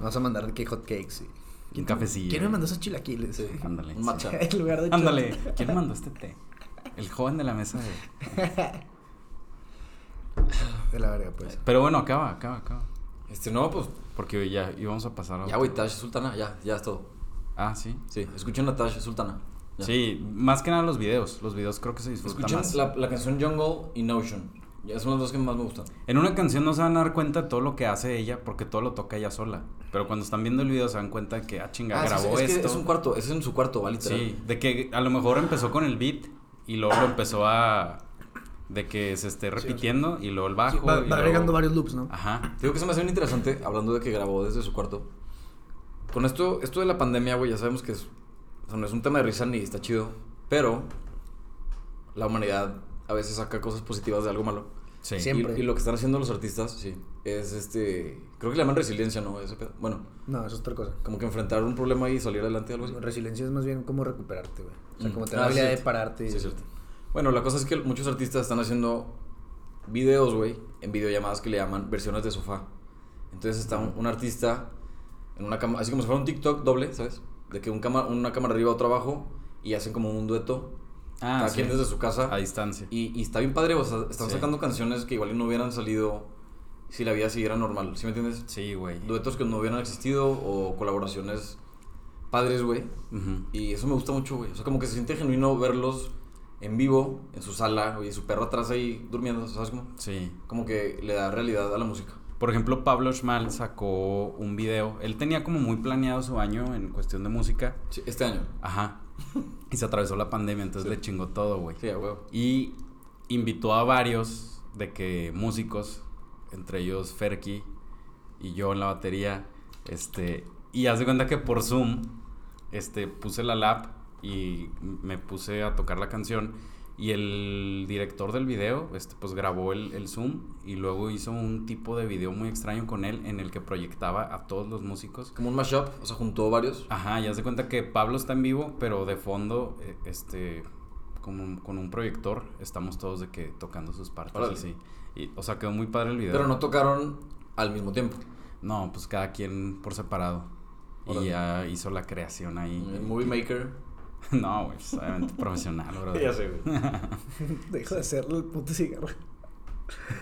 [SPEAKER 1] Vamos a mandar de que hot cakes. Y...
[SPEAKER 2] Un cafecillo.
[SPEAKER 1] ¿Quién me mandó esos chilaquiles?
[SPEAKER 3] eh. Sí.
[SPEAKER 2] Ándale,
[SPEAKER 3] Un matcha.
[SPEAKER 1] [laughs] en lugar de
[SPEAKER 2] Ándale, ¿quién mandó este té? El joven de la mesa, güey.
[SPEAKER 1] De la verga, pues.
[SPEAKER 2] Pero bueno, acaba, acaba, acaba.
[SPEAKER 3] Este, no, pues.
[SPEAKER 2] Porque ya íbamos a pasar a
[SPEAKER 3] Ya,
[SPEAKER 2] otro.
[SPEAKER 3] güey, Tash Sultana. Ya, ya es todo.
[SPEAKER 2] Ah, sí.
[SPEAKER 3] Sí, escuchen a Tash Sultana. Ya.
[SPEAKER 2] Sí, más que nada los videos. Los videos creo que se disfrutan
[SPEAKER 3] Escuchen
[SPEAKER 2] más.
[SPEAKER 3] la, la canción Jungle y Notion. Ya son las dos que más me gustan.
[SPEAKER 2] En una canción no se van a dar cuenta de todo lo que hace ella porque todo lo toca ella sola. Pero cuando están viendo el video se dan cuenta de que, ah, chinga,
[SPEAKER 3] Ah, sí,
[SPEAKER 2] grabó
[SPEAKER 3] sí, es, que
[SPEAKER 2] esto.
[SPEAKER 3] es un cuarto, es en su cuarto, va, literal.
[SPEAKER 2] Sí, de que a lo mejor empezó con el beat y luego lo empezó a... De que se esté repitiendo y luego el bajo.
[SPEAKER 1] va, va
[SPEAKER 2] y luego-
[SPEAKER 1] agregando varios loops,
[SPEAKER 3] Ah.
[SPEAKER 1] ¿no?
[SPEAKER 2] Ajá.
[SPEAKER 3] Te Digo que se me hace bien interesante hablando de que grabó desde su cuarto. Con esto, esto de la pandemia, güey, ya sabemos que es, o sea, no es un tema de risa ni está chido, pero la humanidad a veces saca cosas positivas de algo malo.
[SPEAKER 2] Sí.
[SPEAKER 1] Siempre.
[SPEAKER 3] Y, y lo que están haciendo los artistas, sí, es este. Creo que le llaman resiliencia, ¿no? Ese pedo. Bueno,
[SPEAKER 1] No, eso es otra cosa.
[SPEAKER 3] como que enfrentar un problema y salir adelante, algo así.
[SPEAKER 1] Resiliencia es más bien como recuperarte, güey. O sea,
[SPEAKER 3] Mm.
[SPEAKER 1] como tener
[SPEAKER 3] Ah,
[SPEAKER 1] la habilidad
[SPEAKER 3] sí,
[SPEAKER 1] de
[SPEAKER 3] sí.
[SPEAKER 1] pararte. y-
[SPEAKER 3] Sí, es cierto. Bueno, la cosa es que muchos artistas están haciendo videos, güey, en videollamadas que le llaman versiones de sofá. Entonces está un, un artista en una cama, así como si fuera un TikTok doble, ¿sabes? De que un cama- una cámara arriba, otra abajo, y hacen como un dueto.
[SPEAKER 2] Ah,
[SPEAKER 3] cada
[SPEAKER 2] sí.
[SPEAKER 3] quien desde su casa.
[SPEAKER 2] A distancia.
[SPEAKER 3] Y, y está bien padre, o sea, están
[SPEAKER 2] Sí.
[SPEAKER 3] sacando canciones que igual y no hubieran salido si la vida siguiera normal, ¿sí me entiendes?
[SPEAKER 2] Sí, güey.
[SPEAKER 3] Duetos que no hubieran existido o colaboraciones padres, güey.
[SPEAKER 2] Ujú.
[SPEAKER 3] Y eso me gusta mucho, güey. O sea, como que se siente genuino verlos en vivo, en su sala, güey, su perro atrás ahí durmiendo, ¿sabes cómo?
[SPEAKER 2] Sí.
[SPEAKER 3] Como que le da realidad a la música.
[SPEAKER 2] Por ejemplo, Pablo Schmal sacó un video. Él tenía como muy planeado su año en cuestión de música.
[SPEAKER 3] Sí, este año.
[SPEAKER 2] Ajá. Y se atravesó la pandemia, entonces le chingó todo, güey.
[SPEAKER 3] Sí, a huevo.
[SPEAKER 2] Y invitó a varios de que músicos, entre ellos Ferki y yo en la batería, este, y haz de cuenta que por Zoom, este, puse la lap y me puse a tocar la canción y el director del video, este, pues grabó el, el Zoom y luego hizo un tipo de video muy extraño con él en el que proyectaba a todos los músicos
[SPEAKER 3] Como un mashup, o sea, juntó varios.
[SPEAKER 2] Ajá, ya se cuenta que Pablo está en vivo, pero de fondo, eh, este, como un- con un proyector, estamos todos de que tocando sus partes
[SPEAKER 3] Órale.
[SPEAKER 2] así. Y, o sea, quedó muy padre el video.
[SPEAKER 3] Pero no tocaron al mismo tiempo.
[SPEAKER 2] No, pues cada quien por separado.
[SPEAKER 3] Órale. Mm,
[SPEAKER 2] Y ya hizo la creación ahí. Eh,
[SPEAKER 3] El movie maker.
[SPEAKER 2] [laughs] No, güey, pues, obviamente
[SPEAKER 3] [laughs]
[SPEAKER 2] profesional, bro.
[SPEAKER 3] sé, güey.
[SPEAKER 1] Dejo de hacerle el puto cigarro. [laughs]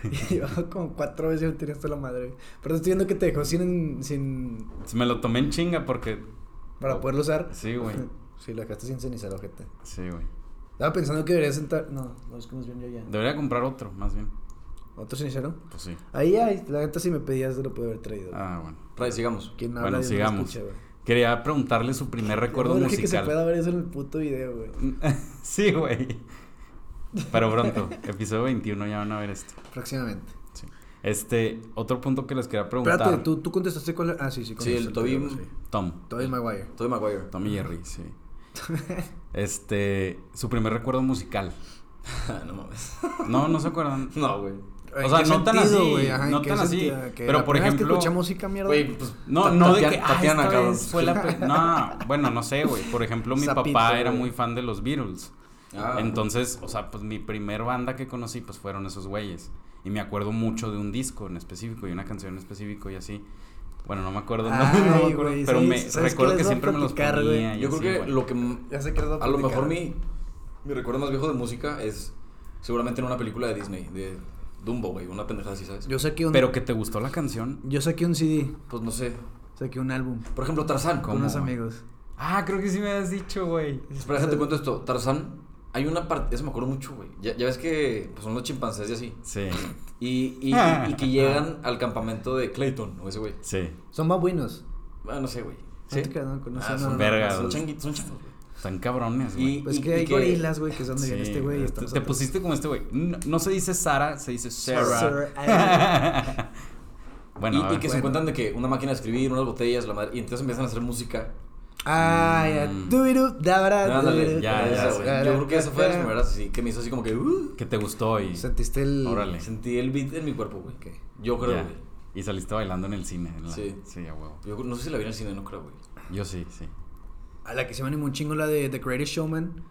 [SPEAKER 1] y llevaba como cuatro veces me tenía hasta la madre. güey. Pero estoy viendo que te dejó sin. sin
[SPEAKER 2] Me lo tomé en chinga porque.
[SPEAKER 1] para poderlo usar.
[SPEAKER 2] Sí, güey.
[SPEAKER 1] Sí, lo dejaste sin cenizar, ojete.
[SPEAKER 2] Sí, güey.
[SPEAKER 1] Estaba pensando que debería sentar. No, no es que más bien yo ya.
[SPEAKER 2] Debería comprar otro, más bien.
[SPEAKER 1] ¿Otro cenicero?
[SPEAKER 2] Pues sí.
[SPEAKER 1] Ahí hay. La neta, si me pedías, te lo puedo haber traído. güey.
[SPEAKER 2] Ah, bueno.
[SPEAKER 3] Ray, sigamos.
[SPEAKER 1] Quien
[SPEAKER 2] bueno,
[SPEAKER 1] Dios lo
[SPEAKER 2] sigamos.
[SPEAKER 1] escucha, güey.
[SPEAKER 2] Quería preguntarle su primer recuerdo
[SPEAKER 1] No, no dije que se
[SPEAKER 2] musical. Mm.
[SPEAKER 1] pueda ver eso en el puto video, güey.
[SPEAKER 2] sí, güey. Pero pronto, episodio 21 ya van a ver esto.
[SPEAKER 1] Próximamente.
[SPEAKER 2] Sí. Este, otro punto que les quería preguntar.
[SPEAKER 1] Espérate, ¿tú, tú contestaste cuál. Ah, sí, sí.
[SPEAKER 3] Sí, el
[SPEAKER 1] contestaste
[SPEAKER 3] Toby-
[SPEAKER 1] programa, sí.
[SPEAKER 2] Tom.
[SPEAKER 1] Toby Maguire.
[SPEAKER 3] Tobey Maguire.
[SPEAKER 2] Tom y Jerry,
[SPEAKER 1] [laughs]
[SPEAKER 2] sí. Este, su primer recuerdo musical.
[SPEAKER 3] [laughs] no mames.
[SPEAKER 2] No, no se acuerdan.
[SPEAKER 3] No, güey.
[SPEAKER 2] O sea,
[SPEAKER 1] ¿En qué
[SPEAKER 2] no tan así,
[SPEAKER 1] güey? Ajá, ¿en
[SPEAKER 2] no
[SPEAKER 1] qué
[SPEAKER 2] tan así,
[SPEAKER 1] sentido? Que
[SPEAKER 2] pero
[SPEAKER 1] la
[SPEAKER 2] por
[SPEAKER 1] primera vez que
[SPEAKER 2] ejemplo-
[SPEAKER 1] escuché música, mierda.
[SPEAKER 3] Güey, pues.
[SPEAKER 2] No,
[SPEAKER 3] Ta-
[SPEAKER 2] no de
[SPEAKER 3] Tatiana-
[SPEAKER 2] que ah,
[SPEAKER 3] Tatiana,
[SPEAKER 2] esta
[SPEAKER 3] cabrón.
[SPEAKER 2] vez fue la pe- No, bueno, no sé, güey. Por ejemplo, mi
[SPEAKER 1] Sapito,
[SPEAKER 2] papá era
[SPEAKER 1] güey.
[SPEAKER 2] muy fan de los Beatles.
[SPEAKER 3] Ah.
[SPEAKER 2] Entonces, o sea, pues mi primer banda que conocí, pues fueron esos güeyes. Y me acuerdo mucho de un disco en específico y una canción en específico y así. Bueno, no me acuerdo, [laughs] no, no
[SPEAKER 1] Ay,
[SPEAKER 2] me
[SPEAKER 1] güey,
[SPEAKER 2] acuerdo, pero me
[SPEAKER 1] ¿sabes- sabes
[SPEAKER 2] recuerdo
[SPEAKER 1] qué
[SPEAKER 2] que
[SPEAKER 1] les voy a
[SPEAKER 2] siempre me los
[SPEAKER 1] platicar, güey?
[SPEAKER 2] ponía. y
[SPEAKER 3] Yo creo
[SPEAKER 2] así,
[SPEAKER 3] que
[SPEAKER 2] güey.
[SPEAKER 3] lo que m-
[SPEAKER 1] Ya sé que les voy
[SPEAKER 3] A lo mejor
[SPEAKER 1] platicar.
[SPEAKER 3] mi, mi recuerdo más viejo de música es seguramente en una película de Disney, de Dumbo, güey, una pendejada así, ¿sabes?
[SPEAKER 1] Yo saqué un.
[SPEAKER 2] Pero que te gustó la canción.
[SPEAKER 1] Yo saqué un CD.
[SPEAKER 3] Pues no sé.
[SPEAKER 1] Saqué un álbum.
[SPEAKER 3] Por ejemplo, Tarzán.
[SPEAKER 2] ¿Cómo?
[SPEAKER 1] Con unos
[SPEAKER 2] güey?
[SPEAKER 1] amigos.
[SPEAKER 2] Ah, creo que sí me has dicho, güey.
[SPEAKER 3] Espera, déjate cuento esto. Tarzán, hay una parte. Eso me acuerdo mucho, güey. Ya, ya ves que pues, son los chimpancés y así.
[SPEAKER 2] Sí,
[SPEAKER 3] Y, y,
[SPEAKER 1] Ah.
[SPEAKER 3] y, y que llegan al campamento de Clayton, o ese güey.
[SPEAKER 2] sí.
[SPEAKER 1] Son más buenos.
[SPEAKER 3] Bueno, no sé, güey.
[SPEAKER 1] No te creas, no, no
[SPEAKER 2] Ah,
[SPEAKER 1] sé,
[SPEAKER 2] son
[SPEAKER 1] no, no,
[SPEAKER 2] vergas.
[SPEAKER 1] no,
[SPEAKER 3] Son
[SPEAKER 1] no.
[SPEAKER 3] changuitos, son changos, güey.
[SPEAKER 2] Están cabrones, güey.
[SPEAKER 3] Y-
[SPEAKER 1] Pues que
[SPEAKER 3] y
[SPEAKER 1] hay
[SPEAKER 3] que-
[SPEAKER 1] gorilas, güey, que son de bien
[SPEAKER 2] Sí,
[SPEAKER 1] este güey. y
[SPEAKER 2] te-
[SPEAKER 1] estamos
[SPEAKER 2] Te
[SPEAKER 1] nosotros.
[SPEAKER 2] pusiste como este güey. No, no se dice Sara, se dice Sarah.
[SPEAKER 1] Sir, ay,
[SPEAKER 2] [laughs] bueno,
[SPEAKER 3] y,
[SPEAKER 2] a
[SPEAKER 3] y
[SPEAKER 2] ver.
[SPEAKER 3] que se encuentran de que una máquina de escribir, unas botellas, la madre. Y entonces empiezan a hacer música.
[SPEAKER 1] Ay, ya.
[SPEAKER 2] Mm.
[SPEAKER 1] Dubiru, dabra,
[SPEAKER 3] Ándale,
[SPEAKER 1] dubiru,
[SPEAKER 2] ya,
[SPEAKER 1] dabra,
[SPEAKER 3] esa,
[SPEAKER 2] ya,
[SPEAKER 3] güey.
[SPEAKER 1] dabra,
[SPEAKER 3] Yo creo que esa fue de las
[SPEAKER 1] dabra.
[SPEAKER 3] primeras así, que me hizo así como que. "Uh".
[SPEAKER 2] que te gustó y,
[SPEAKER 1] Sentiste el.
[SPEAKER 2] Órale.
[SPEAKER 3] Sentí el beat en mi cuerpo, güey. Yo creo,
[SPEAKER 2] ya.
[SPEAKER 3] güey.
[SPEAKER 2] y saliste bailando en el cine. en la-
[SPEAKER 3] Sí.
[SPEAKER 2] Sí, a huevo.
[SPEAKER 3] Yo no sé si la vi en el cine, no creo, güey.
[SPEAKER 2] Yo sí, sí.
[SPEAKER 1] A la que se me animó un chingo la de The Greatest Showman.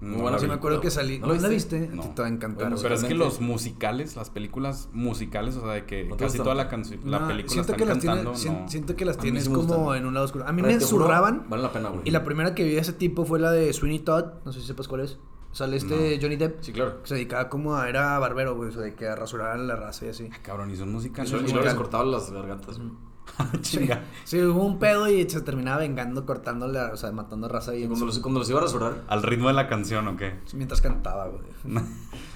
[SPEAKER 3] Muy
[SPEAKER 2] No
[SPEAKER 3] buena
[SPEAKER 2] la
[SPEAKER 1] Sí,
[SPEAKER 2] vi.
[SPEAKER 1] me acuerdo que salí.
[SPEAKER 3] ¿No
[SPEAKER 1] ¿No,
[SPEAKER 3] la
[SPEAKER 1] la
[SPEAKER 3] viste?
[SPEAKER 1] viste?
[SPEAKER 2] No.
[SPEAKER 1] A ti te va a encantar.
[SPEAKER 3] Bueno,
[SPEAKER 1] güey.
[SPEAKER 2] Pero es que
[SPEAKER 3] Realmente.
[SPEAKER 2] los musicales, las películas musicales, o sea, de que
[SPEAKER 3] ¿No te
[SPEAKER 2] casi
[SPEAKER 3] gustan?
[SPEAKER 2] toda la
[SPEAKER 3] pues,
[SPEAKER 2] canción, la
[SPEAKER 1] No,
[SPEAKER 2] película
[SPEAKER 1] siento
[SPEAKER 2] están
[SPEAKER 1] que, las
[SPEAKER 2] cantando,
[SPEAKER 1] tienes, sien-
[SPEAKER 2] no.
[SPEAKER 1] siento que las
[SPEAKER 3] A mí sí
[SPEAKER 1] tienes
[SPEAKER 3] me
[SPEAKER 1] como
[SPEAKER 3] gustan.
[SPEAKER 1] en un lado oscuro. A mí
[SPEAKER 3] Pero
[SPEAKER 1] me
[SPEAKER 3] te juro,
[SPEAKER 1] zurraban.
[SPEAKER 3] Vale la pena, güey.
[SPEAKER 1] Y la primera que vi de ese tipo fue la de Sweeney Todd. No sé si sepas cuál es. Sale este Johnny Depp.
[SPEAKER 3] Sí, claro.
[SPEAKER 1] que Se dedicaba como a. Era barbero, güey. O sea, de que rasuraban la raza y
[SPEAKER 3] [laughs]
[SPEAKER 1] así.
[SPEAKER 2] Cabrón, y son musicales.
[SPEAKER 3] Y luego- y luego
[SPEAKER 2] güey.
[SPEAKER 3] les cortaban las gargantas. güey.
[SPEAKER 2] [laughs] Chinga.
[SPEAKER 1] [laughs] Sí, hubo un pedo y se terminaba vengando, cortándole, o sea, matando raza y
[SPEAKER 3] Y cuando los, cuando los iba a rasurar,
[SPEAKER 2] ¿Al ritmo de la canción o qué?
[SPEAKER 1] mientras cantaba,
[SPEAKER 3] [laughs]
[SPEAKER 1] güey.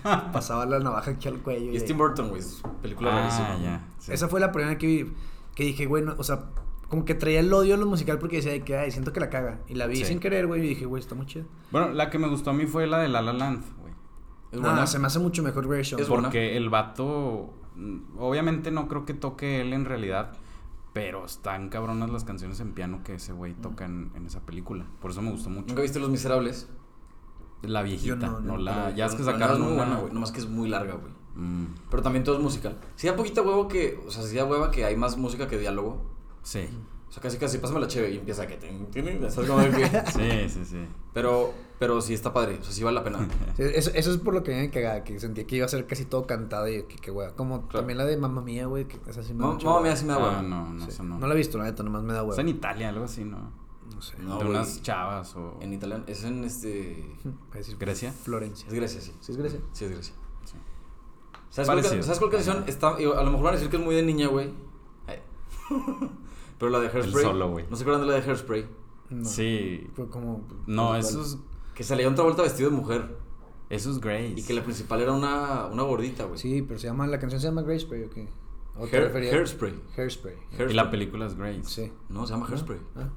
[SPEAKER 1] Pasaba la navaja aquí al cuello.
[SPEAKER 3] y
[SPEAKER 1] y-
[SPEAKER 3] es Tim Burton, güey. Es película
[SPEAKER 2] Ah,
[SPEAKER 3] rarísima.
[SPEAKER 2] ya. sí.
[SPEAKER 1] Esa fue la primera que vi, que dije, güey, no, o sea, como que traía el odio a lo musical porque decía de que, ay, siento que la caga. Y la vi
[SPEAKER 2] Sí.
[SPEAKER 1] sin querer, güey, y dije, güey, está muy chida.
[SPEAKER 2] Bueno, la que me gustó a mí fue la de La La Land, güey.
[SPEAKER 3] Es
[SPEAKER 1] Ah,
[SPEAKER 3] buena.
[SPEAKER 1] se me hace mucho mejor Gresham.
[SPEAKER 3] Es buena.
[SPEAKER 2] Porque el vato, mm, obviamente no creo que toque él en realidad, pero están cabronas las canciones en piano que ese güey toca en, en esa película. Por eso me gustó mucho.
[SPEAKER 3] ¿Nunca viste Los Miserables?
[SPEAKER 2] La viejita,
[SPEAKER 1] Yo no,
[SPEAKER 2] no,
[SPEAKER 1] no,
[SPEAKER 2] la...
[SPEAKER 1] pero-
[SPEAKER 2] Ya es que
[SPEAKER 3] Pero nada,
[SPEAKER 2] sacaron
[SPEAKER 3] es muy
[SPEAKER 2] una,
[SPEAKER 3] buena, güey. Nomás que es muy larga, güey.
[SPEAKER 2] Mm,
[SPEAKER 3] Pero también todo es musical. Sí da poquita huevo que... O sea, sí da hueva que hay más música que diálogo.
[SPEAKER 2] sí,
[SPEAKER 3] O sea, casi casi pásame la cheve y empieza que... tin, tin, tin, ¿sabes cómo de
[SPEAKER 2] [laughs]
[SPEAKER 3] que-
[SPEAKER 2] sí, sí, sí.
[SPEAKER 3] Pero, pero sí está padre. O sea, sí vale
[SPEAKER 2] [laughs]
[SPEAKER 3] la pena.
[SPEAKER 1] Sí, Eso, eso es por lo que a mí me cagaba, que sentía que iba a ser casi todo cantado y que, que güey, como
[SPEAKER 3] Claro.
[SPEAKER 1] también la de Mamma Mía, güey, que es así
[SPEAKER 3] Ma- Mamma Mía sí me da hueva.
[SPEAKER 2] Ah, no, no, esa no.
[SPEAKER 1] No la he visto, la neta, nomás me da hueva.
[SPEAKER 2] Está en Italia, algo así, ¿no?
[SPEAKER 1] No sé. [laughs]
[SPEAKER 3] No,
[SPEAKER 2] de
[SPEAKER 3] güey.
[SPEAKER 2] unas chavas o...
[SPEAKER 3] En italiano. Es en este...
[SPEAKER 1] Voy a decir
[SPEAKER 2] ¿Grecia?
[SPEAKER 1] Florencia.
[SPEAKER 3] Es Grecia, sí.
[SPEAKER 1] Sí, es Grecia.
[SPEAKER 3] Sí, es Grecia.
[SPEAKER 2] Sí.
[SPEAKER 3] ¿Sabes cuál,
[SPEAKER 2] Parecido.
[SPEAKER 3] can- ¿Sabes cuál canción está? y A lo mejor van a decir que es muy de niña, güey. Ay. [laughs] Pero la de Hairspray.
[SPEAKER 2] solo, güey.
[SPEAKER 3] No se acuerdan de la de Hairspray.
[SPEAKER 1] No.
[SPEAKER 2] Sí.
[SPEAKER 1] Fue como.
[SPEAKER 2] No, eso es,
[SPEAKER 3] Que salía otra vuelta vestido de mujer.
[SPEAKER 2] eso es Grace.
[SPEAKER 3] Y que la principal era una, una gordita, güey.
[SPEAKER 1] Sí, pero se llama, la canción se llama Grespray, ¿o qué? ¿O te
[SPEAKER 3] Hair-
[SPEAKER 1] referías-
[SPEAKER 3] Hairspray.
[SPEAKER 1] Hairspray.
[SPEAKER 2] Y la película es Grace.
[SPEAKER 1] Sí.
[SPEAKER 3] No, se llama Hairspray.
[SPEAKER 1] Ah,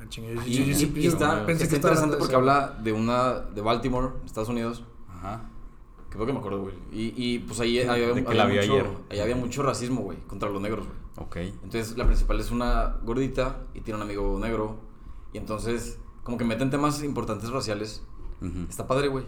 [SPEAKER 1] ah, chinga, yo-
[SPEAKER 3] Y,
[SPEAKER 1] yo-
[SPEAKER 3] y-
[SPEAKER 1] yo
[SPEAKER 3] y
[SPEAKER 1] siempre- yo
[SPEAKER 3] está,
[SPEAKER 1] pensé
[SPEAKER 3] está
[SPEAKER 1] que estaba ¿eh? hablando
[SPEAKER 3] interesante
[SPEAKER 1] de
[SPEAKER 3] porque
[SPEAKER 1] eso.
[SPEAKER 3] habla de una de Baltimore, Estados Unidos.
[SPEAKER 2] Ajá.
[SPEAKER 3] Que creo que me acuerdo, güey. Y, y pues ahí
[SPEAKER 2] De
[SPEAKER 3] había,
[SPEAKER 2] que
[SPEAKER 3] había
[SPEAKER 2] la vi
[SPEAKER 3] mucho,
[SPEAKER 2] ayer.
[SPEAKER 3] ahí había mucho racismo, güey, contra los negros, güey.
[SPEAKER 2] Ok.
[SPEAKER 3] Entonces la principal es una gordita y tiene un amigo negro. Y entonces, como que meten temas importantes raciales.
[SPEAKER 2] Ujú.
[SPEAKER 3] Está padre, güey.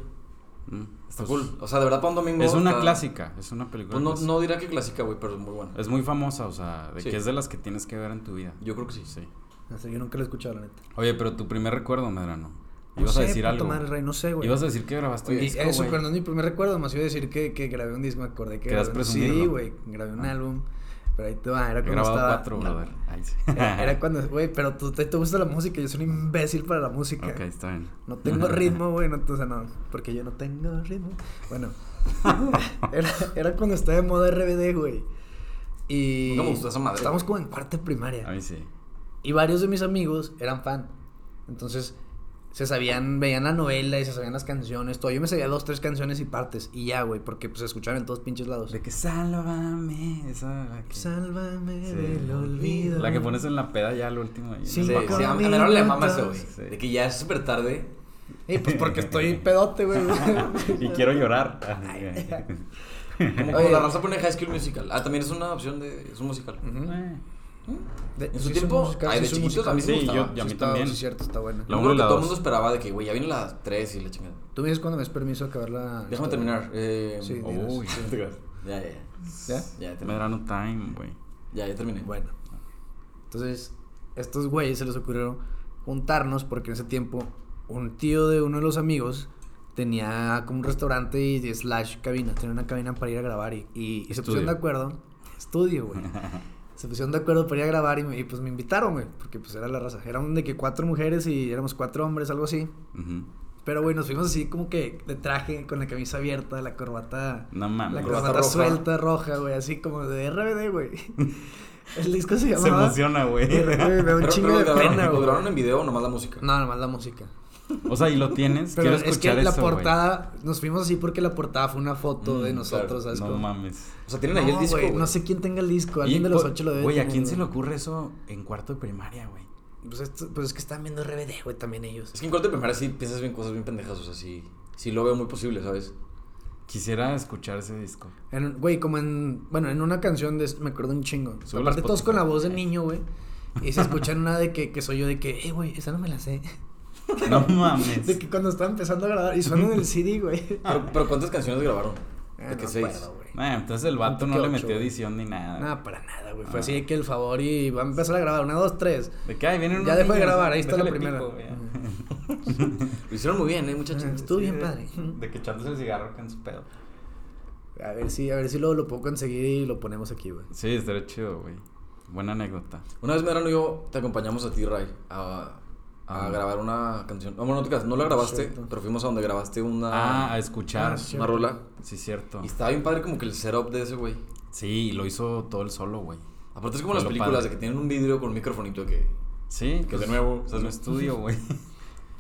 [SPEAKER 2] Mm.
[SPEAKER 3] Está
[SPEAKER 2] Pues,
[SPEAKER 3] cool. O sea, de verdad, para un domingo.
[SPEAKER 2] Es una
[SPEAKER 3] está-
[SPEAKER 2] clásica, es una película.
[SPEAKER 3] Pues no,
[SPEAKER 2] clásica.
[SPEAKER 3] no dirá que clásica, güey, pero es muy buena.
[SPEAKER 2] Es muy famosa, o sea, de
[SPEAKER 3] Sí.
[SPEAKER 2] que es de las que tienes que ver en tu vida.
[SPEAKER 3] Yo creo que sí.
[SPEAKER 2] Sí.
[SPEAKER 1] No sé, yo nunca lo he escuchado, la neta.
[SPEAKER 2] Oye, pero tu primer recuerdo, Medrano.
[SPEAKER 1] No
[SPEAKER 2] Ibas
[SPEAKER 1] sé,
[SPEAKER 2] a decir
[SPEAKER 1] puta
[SPEAKER 2] algo.
[SPEAKER 1] madre, rey, no sé, güey.
[SPEAKER 2] Ibas a decir que grabaste
[SPEAKER 1] Oye,
[SPEAKER 2] un disco,
[SPEAKER 1] Eso,
[SPEAKER 2] güey.
[SPEAKER 1] pero no es mi primer recuerdo. Más iba a decir que, que grabé un disco, me acordé que grabé
[SPEAKER 2] Querías
[SPEAKER 1] un
[SPEAKER 2] presumirlo.
[SPEAKER 1] CD, güey. Grabé un
[SPEAKER 2] Ah.
[SPEAKER 1] álbum. Pero ahí te va, era
[SPEAKER 2] He
[SPEAKER 1] cuando
[SPEAKER 2] grabado
[SPEAKER 1] estaba...
[SPEAKER 2] cuatro,
[SPEAKER 1] No,
[SPEAKER 2] brother. Ay, sí.
[SPEAKER 1] [laughs] Era,
[SPEAKER 2] [laughs]
[SPEAKER 1] era cuando, güey, pero tú te, te gusta la música, yo soy un imbécil para la música.
[SPEAKER 2] Ok, está bien.
[SPEAKER 1] No tengo
[SPEAKER 2] [laughs]
[SPEAKER 1] ritmo, güey, no, o sea, no, porque yo no tengo ritmo. Bueno, [laughs] era, era cuando estaba de moda RBD, güey. Y
[SPEAKER 3] Nunca me gustó esa madre,
[SPEAKER 1] Estamos
[SPEAKER 3] güey.
[SPEAKER 1] como en cuarta de primaria.
[SPEAKER 2] A mí sí.
[SPEAKER 1] Y varios de mis amigos eran fan. Entonces, se sabían, veían la novela y se sabían las canciones, todo. Yo me sabía dos, tres canciones y partes. Y ya, güey, porque pues se escuchaban en todos pinches lados.
[SPEAKER 2] De que sálvame. Esa. la que-
[SPEAKER 1] Sálvame
[SPEAKER 2] Sí.
[SPEAKER 1] del olvido.
[SPEAKER 2] La que pones en la peda ya al último. ahí,
[SPEAKER 1] Sí,
[SPEAKER 3] Sí,
[SPEAKER 2] ¿no?
[SPEAKER 3] sí,
[SPEAKER 1] Cinco
[SPEAKER 3] a mí
[SPEAKER 1] minutos.
[SPEAKER 3] le mama eso, güey.
[SPEAKER 2] Sí.
[SPEAKER 3] De que ya es súper tarde.
[SPEAKER 1] Eh, pues porque estoy pedote, güey.
[SPEAKER 2] [laughs] [laughs] Y quiero llorar. [laughs]
[SPEAKER 3] Como
[SPEAKER 1] Oye.
[SPEAKER 3] como la raza pone High School Musical. Ah, también es una opción de. Es un musical.
[SPEAKER 1] Ujú.
[SPEAKER 2] Eh.
[SPEAKER 1] De-
[SPEAKER 3] En
[SPEAKER 1] sí
[SPEAKER 3] su
[SPEAKER 1] es
[SPEAKER 3] tiempo,
[SPEAKER 1] un musical,
[SPEAKER 3] ay,
[SPEAKER 1] sí
[SPEAKER 3] de
[SPEAKER 1] es un musical.
[SPEAKER 3] chiquitos a mí sí me
[SPEAKER 2] Sí, yo-
[SPEAKER 3] gustaba.
[SPEAKER 2] y a mí
[SPEAKER 1] Sí, está-
[SPEAKER 2] también.
[SPEAKER 1] sí es cierto, está buena.
[SPEAKER 2] La
[SPEAKER 3] Yo
[SPEAKER 2] uno
[SPEAKER 3] creo
[SPEAKER 2] y
[SPEAKER 3] que
[SPEAKER 2] la
[SPEAKER 3] todo el
[SPEAKER 2] dos.
[SPEAKER 3] mundo esperaba de que, güey, ya vienen las 3 y la chingada.
[SPEAKER 1] Tú me dices cuando me des permiso Este, acabar la.
[SPEAKER 3] Déjame terminar. Eh,
[SPEAKER 1] Sí,
[SPEAKER 2] Oh.
[SPEAKER 1] dinos.
[SPEAKER 2] Uy.
[SPEAKER 1] Sí.
[SPEAKER 3] [laughs] Ya, ya, ya.
[SPEAKER 1] ¿Ya?
[SPEAKER 3] Ya, ya terminé.
[SPEAKER 2] Medrano Time, güey.
[SPEAKER 3] Ya, ya terminé.
[SPEAKER 1] Bueno. Entonces, estos güeyes se les ocurrieron juntarnos porque en ese tiempo un tío de uno de los amigos tenía como un restaurante y de slash cabina, tenía una cabina para ir a grabar y, y- y se pusieron
[SPEAKER 2] Estudio.
[SPEAKER 1] de acuerdo, estudio, güey. Se pusieron de acuerdo para ir a grabar y, me- y, pues me invitaron, güey, porque pues era la raza. Eran de que cuatro mujeres y éramos cuatro hombres, algo así.
[SPEAKER 2] Ujú.
[SPEAKER 1] Pero güey, nos fuimos así como que de traje, con la camisa abierta, la corbata
[SPEAKER 2] No
[SPEAKER 1] la
[SPEAKER 2] mames.
[SPEAKER 3] Corbata
[SPEAKER 1] corbata
[SPEAKER 3] roja.
[SPEAKER 2] [laughs]
[SPEAKER 1] suelta, roja, güey, así como de RBD, güey. El disco se
[SPEAKER 2] Se
[SPEAKER 1] llamaba.
[SPEAKER 2] emociona, güey.
[SPEAKER 1] Güey, güey, me da un
[SPEAKER 3] Pero-
[SPEAKER 1] chingo
[SPEAKER 3] pero
[SPEAKER 1] de
[SPEAKER 3] lo grabaron-
[SPEAKER 1] pena,
[SPEAKER 3] ¿Lo
[SPEAKER 1] güey.
[SPEAKER 3] grabaron en video o nomás la música?
[SPEAKER 1] No, nomás la música.
[SPEAKER 2] [laughs] O sea, y lo tienes.
[SPEAKER 1] Pero
[SPEAKER 2] Quiero
[SPEAKER 1] es que
[SPEAKER 2] escuchar
[SPEAKER 1] la
[SPEAKER 2] eso, güey. Mm,
[SPEAKER 1] portada, nos fuimos así porque la portada fue una foto de nosotros, ¿sabes?
[SPEAKER 2] No
[SPEAKER 1] cómo?
[SPEAKER 2] mames.
[SPEAKER 3] O sea, tienen ahí el
[SPEAKER 1] No,
[SPEAKER 3] disco.
[SPEAKER 1] güey,
[SPEAKER 3] güey.
[SPEAKER 1] no sé quién tenga el disco, alguien
[SPEAKER 2] Y,
[SPEAKER 1] de los
[SPEAKER 2] pues,
[SPEAKER 1] ocho lo debe
[SPEAKER 2] Güey, ¿a
[SPEAKER 1] tener,
[SPEAKER 2] quién se le
[SPEAKER 1] güey.
[SPEAKER 2] ocurre eso en cuarto de primaria, güey?
[SPEAKER 1] Pues, esto- pues es que estaban viendo RBD, güey, también ellos.
[SPEAKER 3] Es que en corte de primaria sí piensas bien cosas bien pendejas. O sea, sí, sí lo veo muy posible, ¿sabes?
[SPEAKER 2] Quisiera escuchar ese disco.
[SPEAKER 1] En- Güey, como en. Bueno, en una canción de. Me acuerdo un chingo.
[SPEAKER 2] Sube
[SPEAKER 1] Aparte,
[SPEAKER 2] las
[SPEAKER 1] todos con la voz de
[SPEAKER 2] Spotify.
[SPEAKER 1] niño, güey. Y se escuchan una de que, que soy yo, de que, eh, güey, esa no me la sé.
[SPEAKER 2] No mames.
[SPEAKER 1] [laughs] De que cuando estaba empezando a grabar y suena en el CD,
[SPEAKER 2] [laughs]
[SPEAKER 1] güey.
[SPEAKER 3] Pero, pero ¿cuántas canciones grabaron?
[SPEAKER 1] Ah,
[SPEAKER 3] ¿De qué
[SPEAKER 1] no
[SPEAKER 3] seis?
[SPEAKER 1] puedo, güey.
[SPEAKER 2] Ah, entonces el vato
[SPEAKER 1] Ponte
[SPEAKER 2] no
[SPEAKER 1] que
[SPEAKER 2] le
[SPEAKER 1] ocho,
[SPEAKER 2] metió
[SPEAKER 1] güey.
[SPEAKER 2] edición ni nada.
[SPEAKER 1] Nada, para nada, güey. Fue
[SPEAKER 2] Ah.
[SPEAKER 1] así de que el favor y va a empezar a grabar. Una, dos, tres.
[SPEAKER 2] De que, ay, vienen
[SPEAKER 1] Ya
[SPEAKER 2] unos
[SPEAKER 1] dejó de
[SPEAKER 2] niños,
[SPEAKER 1] grabar, ahí está la
[SPEAKER 2] déjale
[SPEAKER 1] primera.
[SPEAKER 2] pico, güey.
[SPEAKER 3] Lo hicieron muy bien, ¿eh, muchachos?
[SPEAKER 1] Estuvo
[SPEAKER 2] Sí,
[SPEAKER 1] bien
[SPEAKER 2] de-
[SPEAKER 1] padre.
[SPEAKER 2] De que echándose el cigarro con su pedo.
[SPEAKER 1] [laughs] A ver si, a ver si luego lo puedo conseguir y lo ponemos aquí, güey.
[SPEAKER 2] Sí, estaría chido, güey. Buena anécdota.
[SPEAKER 3] Una vez Medrano y yo te acompañamos a ti, Ray, a, a
[SPEAKER 2] Ah.
[SPEAKER 3] grabar una canción. No, bueno, no te creas, no la grabaste,
[SPEAKER 1] Cierto.
[SPEAKER 3] pero fuimos a donde grabaste una,
[SPEAKER 2] Ah, a
[SPEAKER 1] Ah,
[SPEAKER 2] escuchar.
[SPEAKER 1] sí.
[SPEAKER 3] una rola.
[SPEAKER 2] Sí, cierto.
[SPEAKER 3] Y estaba bien padre como que el setup de ese güey.
[SPEAKER 2] Sí, y lo hizo todo el solo, güey.
[SPEAKER 3] Aparte es como
[SPEAKER 2] Fue
[SPEAKER 3] las
[SPEAKER 2] lo
[SPEAKER 3] películas
[SPEAKER 2] padre.
[SPEAKER 3] de que tienen un vidrio con un microfonito que
[SPEAKER 2] Sí,
[SPEAKER 3] Que de nuevo,
[SPEAKER 2] pues, es un
[SPEAKER 3] ¿no?
[SPEAKER 2] [laughs] estudio, güey.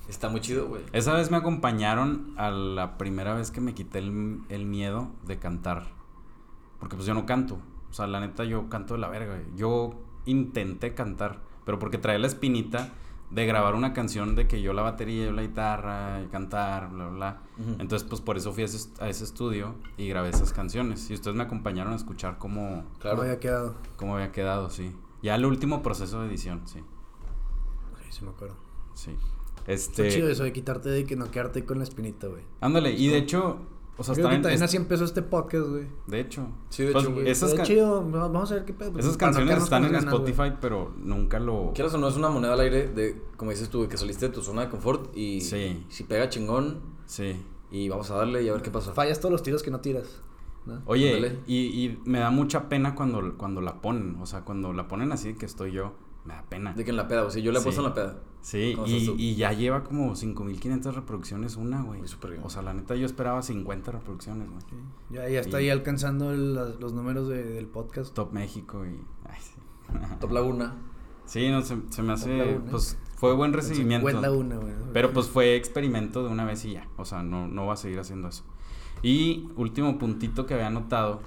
[SPEAKER 3] está muy chido, güey.
[SPEAKER 2] Esa vez me acompañaron a la primera vez que me quité el, el miedo de cantar. Porque pues yo no canto. O sea, la neta yo canto de la verga. güey. Yo intenté cantar, pero porque traía la espinita de grabar una canción de que yo la batería, yo la guitarra, y cantar, bla, bla, bla.
[SPEAKER 3] Ujú.
[SPEAKER 2] Entonces, pues por eso fui a ese, est- a ese estudio y grabé esas canciones. Y ustedes me acompañaron a escuchar cómo,
[SPEAKER 3] Claro.
[SPEAKER 1] No había quedado.
[SPEAKER 2] cómo había quedado, sí. Ya el último proceso de edición, sí.
[SPEAKER 1] Sí, sí me acuerdo.
[SPEAKER 2] Sí.
[SPEAKER 1] Está
[SPEAKER 2] Este.
[SPEAKER 1] chido eso de quitarte de que no quedarte con la espinita, güey.
[SPEAKER 2] Ándale, y de hecho, o sea,
[SPEAKER 1] Creo que
[SPEAKER 2] están
[SPEAKER 1] también
[SPEAKER 2] en.
[SPEAKER 1] así empezó este podcast, güey.
[SPEAKER 2] De hecho.
[SPEAKER 3] Sí, de
[SPEAKER 2] Pues,
[SPEAKER 3] hecho, güey.
[SPEAKER 2] Esas,
[SPEAKER 1] Está
[SPEAKER 2] ca-
[SPEAKER 1] chido, va- vamos a ver qué pedo. pues,
[SPEAKER 2] esas
[SPEAKER 1] para no
[SPEAKER 2] canciones
[SPEAKER 1] quedarnos
[SPEAKER 2] están
[SPEAKER 1] con
[SPEAKER 2] en
[SPEAKER 1] las ganas, güey.
[SPEAKER 2] Spotify, pero nunca lo.
[SPEAKER 3] Quieras o no, es una moneda al aire de, como dices tú, de que saliste de tu zona de confort y
[SPEAKER 2] Sí.
[SPEAKER 3] si pega chingón
[SPEAKER 2] Sí.
[SPEAKER 3] y vamos a darle y a ver qué pasa.
[SPEAKER 1] Fallas todos los tiros que no tiras. ¿no?
[SPEAKER 2] Oye,
[SPEAKER 3] Ándale.
[SPEAKER 2] y, y me da mucha pena cuando, cuando la ponen. O sea, cuando la ponen así que estoy yo, me da pena.
[SPEAKER 3] De que en la peda, o sea, yo le he puesto
[SPEAKER 2] Sí.
[SPEAKER 3] en la peda.
[SPEAKER 2] Sí,
[SPEAKER 3] ¿Cómo estás
[SPEAKER 2] y,
[SPEAKER 3] tú?
[SPEAKER 2] y ya lleva como 5500 reproducciones una, güey.
[SPEAKER 3] Uy, súper bien.
[SPEAKER 2] O sea, la neta, yo esperaba 50 reproducciones, güey.
[SPEAKER 1] Ya, ya está
[SPEAKER 2] Y-
[SPEAKER 1] ahí alcanzando el- las- los números de- del podcast.
[SPEAKER 2] Top México y. Ay, sí.
[SPEAKER 3] Top Laguna.
[SPEAKER 2] [laughs] Sí, no, se, se me
[SPEAKER 1] la
[SPEAKER 2] hace.
[SPEAKER 1] una.
[SPEAKER 2] Pues fue buen recibimiento.
[SPEAKER 1] Cuenta una, güey.
[SPEAKER 2] Pero pues fue experimento de una vez y ya. O sea, no, no va a seguir haciendo eso. Y último puntito que había anotado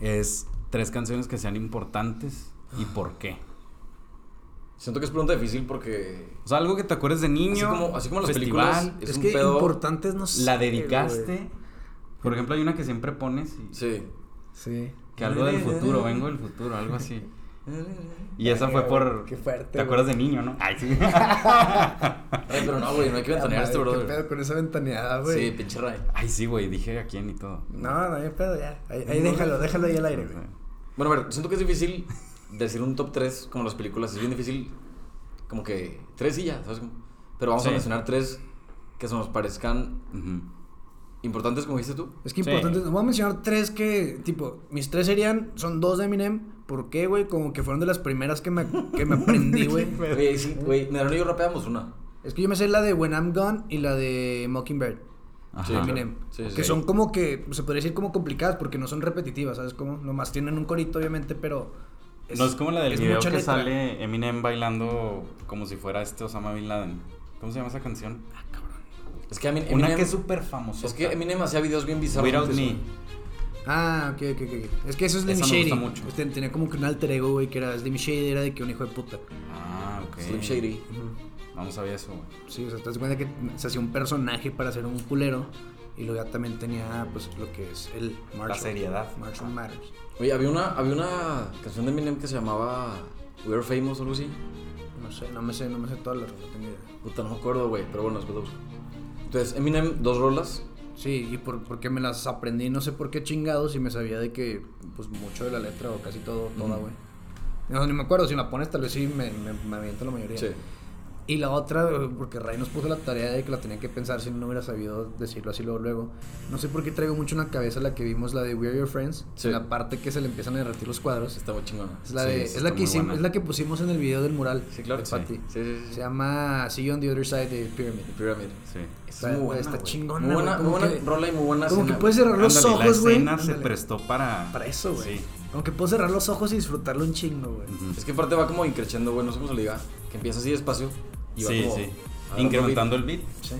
[SPEAKER 2] es tres canciones que sean importantes y por qué.
[SPEAKER 3] Siento que es pregunta difícil porque
[SPEAKER 2] O sea, algo que te acuerdes de niño.
[SPEAKER 3] Así como- así como las películas.
[SPEAKER 1] Es,
[SPEAKER 3] es un
[SPEAKER 1] que
[SPEAKER 3] pedo-
[SPEAKER 1] importantes no sé.
[SPEAKER 2] La
[SPEAKER 1] güey.
[SPEAKER 2] dedicaste. Por ejemplo, hay una que siempre pones y-
[SPEAKER 3] sí.
[SPEAKER 1] Sí.
[SPEAKER 2] que algo del
[SPEAKER 1] [laughs]
[SPEAKER 2] futuro, vengo del futuro, algo así. Y esa fue
[SPEAKER 1] Ay,
[SPEAKER 2] por.
[SPEAKER 1] qué fuerte,
[SPEAKER 2] ¿Te acuerdas de
[SPEAKER 1] güey.
[SPEAKER 2] niño, no? Ay, sí.
[SPEAKER 3] Ay, pero no, güey, no hay que
[SPEAKER 1] [laughs] La
[SPEAKER 3] ventanear a este
[SPEAKER 1] madre, ¿Qué pedo
[SPEAKER 3] brother.
[SPEAKER 1] con esa ventaneada,
[SPEAKER 3] Sí,
[SPEAKER 1] güey?
[SPEAKER 3] pinche Ray.
[SPEAKER 2] [laughs] Ay, sí, güey, dije a quién y todo.
[SPEAKER 1] No, no hay pedo, ya. Ahí, ahí déjalo, déjalo ahí al aire, güey.
[SPEAKER 3] Bueno, a ver, siento que es difícil decir un top 3 como las películas. Es bien difícil, como que tres y ya, ¿sabes? cómo? Pero vamos
[SPEAKER 2] Sí.
[SPEAKER 3] a mencionar tres que se nos parezcan
[SPEAKER 2] Ujú.
[SPEAKER 3] importantes, como dijiste
[SPEAKER 1] [laughs]
[SPEAKER 3] tú.
[SPEAKER 1] Es que
[SPEAKER 2] Sí.
[SPEAKER 1] importante. Voy a mencionar tres que, tipo, mis tres serían, son dos de Eminem. ¿Por qué, güey? Como que fueron de las primeras que me, que
[SPEAKER 2] [laughs]
[SPEAKER 1] me aprendí, güey.
[SPEAKER 3] Güey, sí, güey, Nerano y yo rapeamos una.
[SPEAKER 1] Es que yo me sé la de When I'm Gone y la de Mockingbird
[SPEAKER 2] Ajá.
[SPEAKER 3] Sí,
[SPEAKER 1] de Eminem.
[SPEAKER 3] claro. Sí,
[SPEAKER 1] que
[SPEAKER 3] sí.
[SPEAKER 1] son como que, se podría decir como complicadas porque no son repetitivas, ¿sabes cómo? Nomás tienen un corito, obviamente, pero.
[SPEAKER 2] no es como la del
[SPEAKER 1] es
[SPEAKER 2] video que
[SPEAKER 1] mucha letra.
[SPEAKER 2] sale Eminem bailando como si fuera este Osama Bin Laden. ¿Cómo se llama esa canción?
[SPEAKER 1] Ah,
[SPEAKER 3] Es que a mí
[SPEAKER 2] Una
[SPEAKER 3] Eminem-
[SPEAKER 2] que es súper famosa.
[SPEAKER 3] es que Eminem hacía videos bien bizarros.
[SPEAKER 2] Without
[SPEAKER 3] antes,
[SPEAKER 2] Me.
[SPEAKER 3] güey.
[SPEAKER 1] Ah, ok, ok, ok. Es que eso es Slim
[SPEAKER 2] Esa me
[SPEAKER 1] Shady.
[SPEAKER 2] gusta mucho.
[SPEAKER 1] Este, Tenía como que un alter ego, güey, que era Slim Shady, era de que un hijo de puta.
[SPEAKER 2] Ah, ok.
[SPEAKER 3] Slim Shady.
[SPEAKER 2] Vamos a ver eso, güey.
[SPEAKER 1] Sí, o sea, te das cuenta que se hacía un personaje para ser un culero. Y luego ya también tenía, pues, lo que es el Marshall.
[SPEAKER 2] seriedad.
[SPEAKER 1] Marshall Matters.
[SPEAKER 3] Oye, había una, había una canción de Eminem que se llamaba We Are Famous o algo así.
[SPEAKER 1] No sé, no me sé, no me sé todas las rolas, no tengo idea.
[SPEAKER 3] Puta, no me acuerdo, güey, pero bueno, después lo busco. Entonces, Eminem, dos rolas.
[SPEAKER 1] Sí, y por, porque me las aprendí, no sé por qué chingados, y me sabía de que, pues, mucho de la letra o casi todo, toda, güey. No, ni me acuerdo, si la pones tal vez sí me, me, me aviento la mayoría.
[SPEAKER 3] Sí.
[SPEAKER 1] Y la otra, eh, porque Ray nos puso la tarea de que la tenía que pensar si no hubiera sabido decirlo así luego. luego. No sé por qué traigo mucho en la cabeza la que vimos, la de We Are Your Friends,
[SPEAKER 3] Sí.
[SPEAKER 1] la parte que se le empiezan a derretir los cuadros.
[SPEAKER 3] Está muy chingona.
[SPEAKER 1] Es la,
[SPEAKER 2] Sí,
[SPEAKER 1] de,
[SPEAKER 2] esa
[SPEAKER 1] es, la
[SPEAKER 2] está
[SPEAKER 1] que
[SPEAKER 2] muy
[SPEAKER 1] hicimos,
[SPEAKER 2] buena.
[SPEAKER 1] es la que pusimos en el video del mural
[SPEAKER 3] Sí, claro.
[SPEAKER 1] de
[SPEAKER 3] Sí.
[SPEAKER 1] Patty.
[SPEAKER 3] Sí, sí, sí.
[SPEAKER 1] Se llama See You on the Other Side de Pyramid.
[SPEAKER 3] The Pyramid.
[SPEAKER 2] Sí.
[SPEAKER 1] Está,
[SPEAKER 3] muy buena,
[SPEAKER 1] está
[SPEAKER 3] güey.
[SPEAKER 1] chingona.
[SPEAKER 3] Muy buena,
[SPEAKER 1] güey, como
[SPEAKER 3] muy buena
[SPEAKER 1] que-
[SPEAKER 3] rola y muy buena
[SPEAKER 1] Como que
[SPEAKER 3] escena,
[SPEAKER 1] puedes
[SPEAKER 3] güey.
[SPEAKER 1] cerrar los
[SPEAKER 2] Ándale,
[SPEAKER 1] ojos,
[SPEAKER 2] la
[SPEAKER 1] güey.
[SPEAKER 2] escena se
[SPEAKER 1] Ándale.
[SPEAKER 2] prestó para...
[SPEAKER 1] Para eso, güey.
[SPEAKER 2] Sí.
[SPEAKER 4] Como que puedo cerrar los ojos y disfrutarlo un chingo, güey.
[SPEAKER 3] Es que aparte va como increchando, güey, no sé cómo se le diga. Que empieza así despacio y va
[SPEAKER 2] Sí,
[SPEAKER 3] como
[SPEAKER 2] sí.
[SPEAKER 3] agarrando
[SPEAKER 2] Incrementando el beat.
[SPEAKER 3] beat. Sí.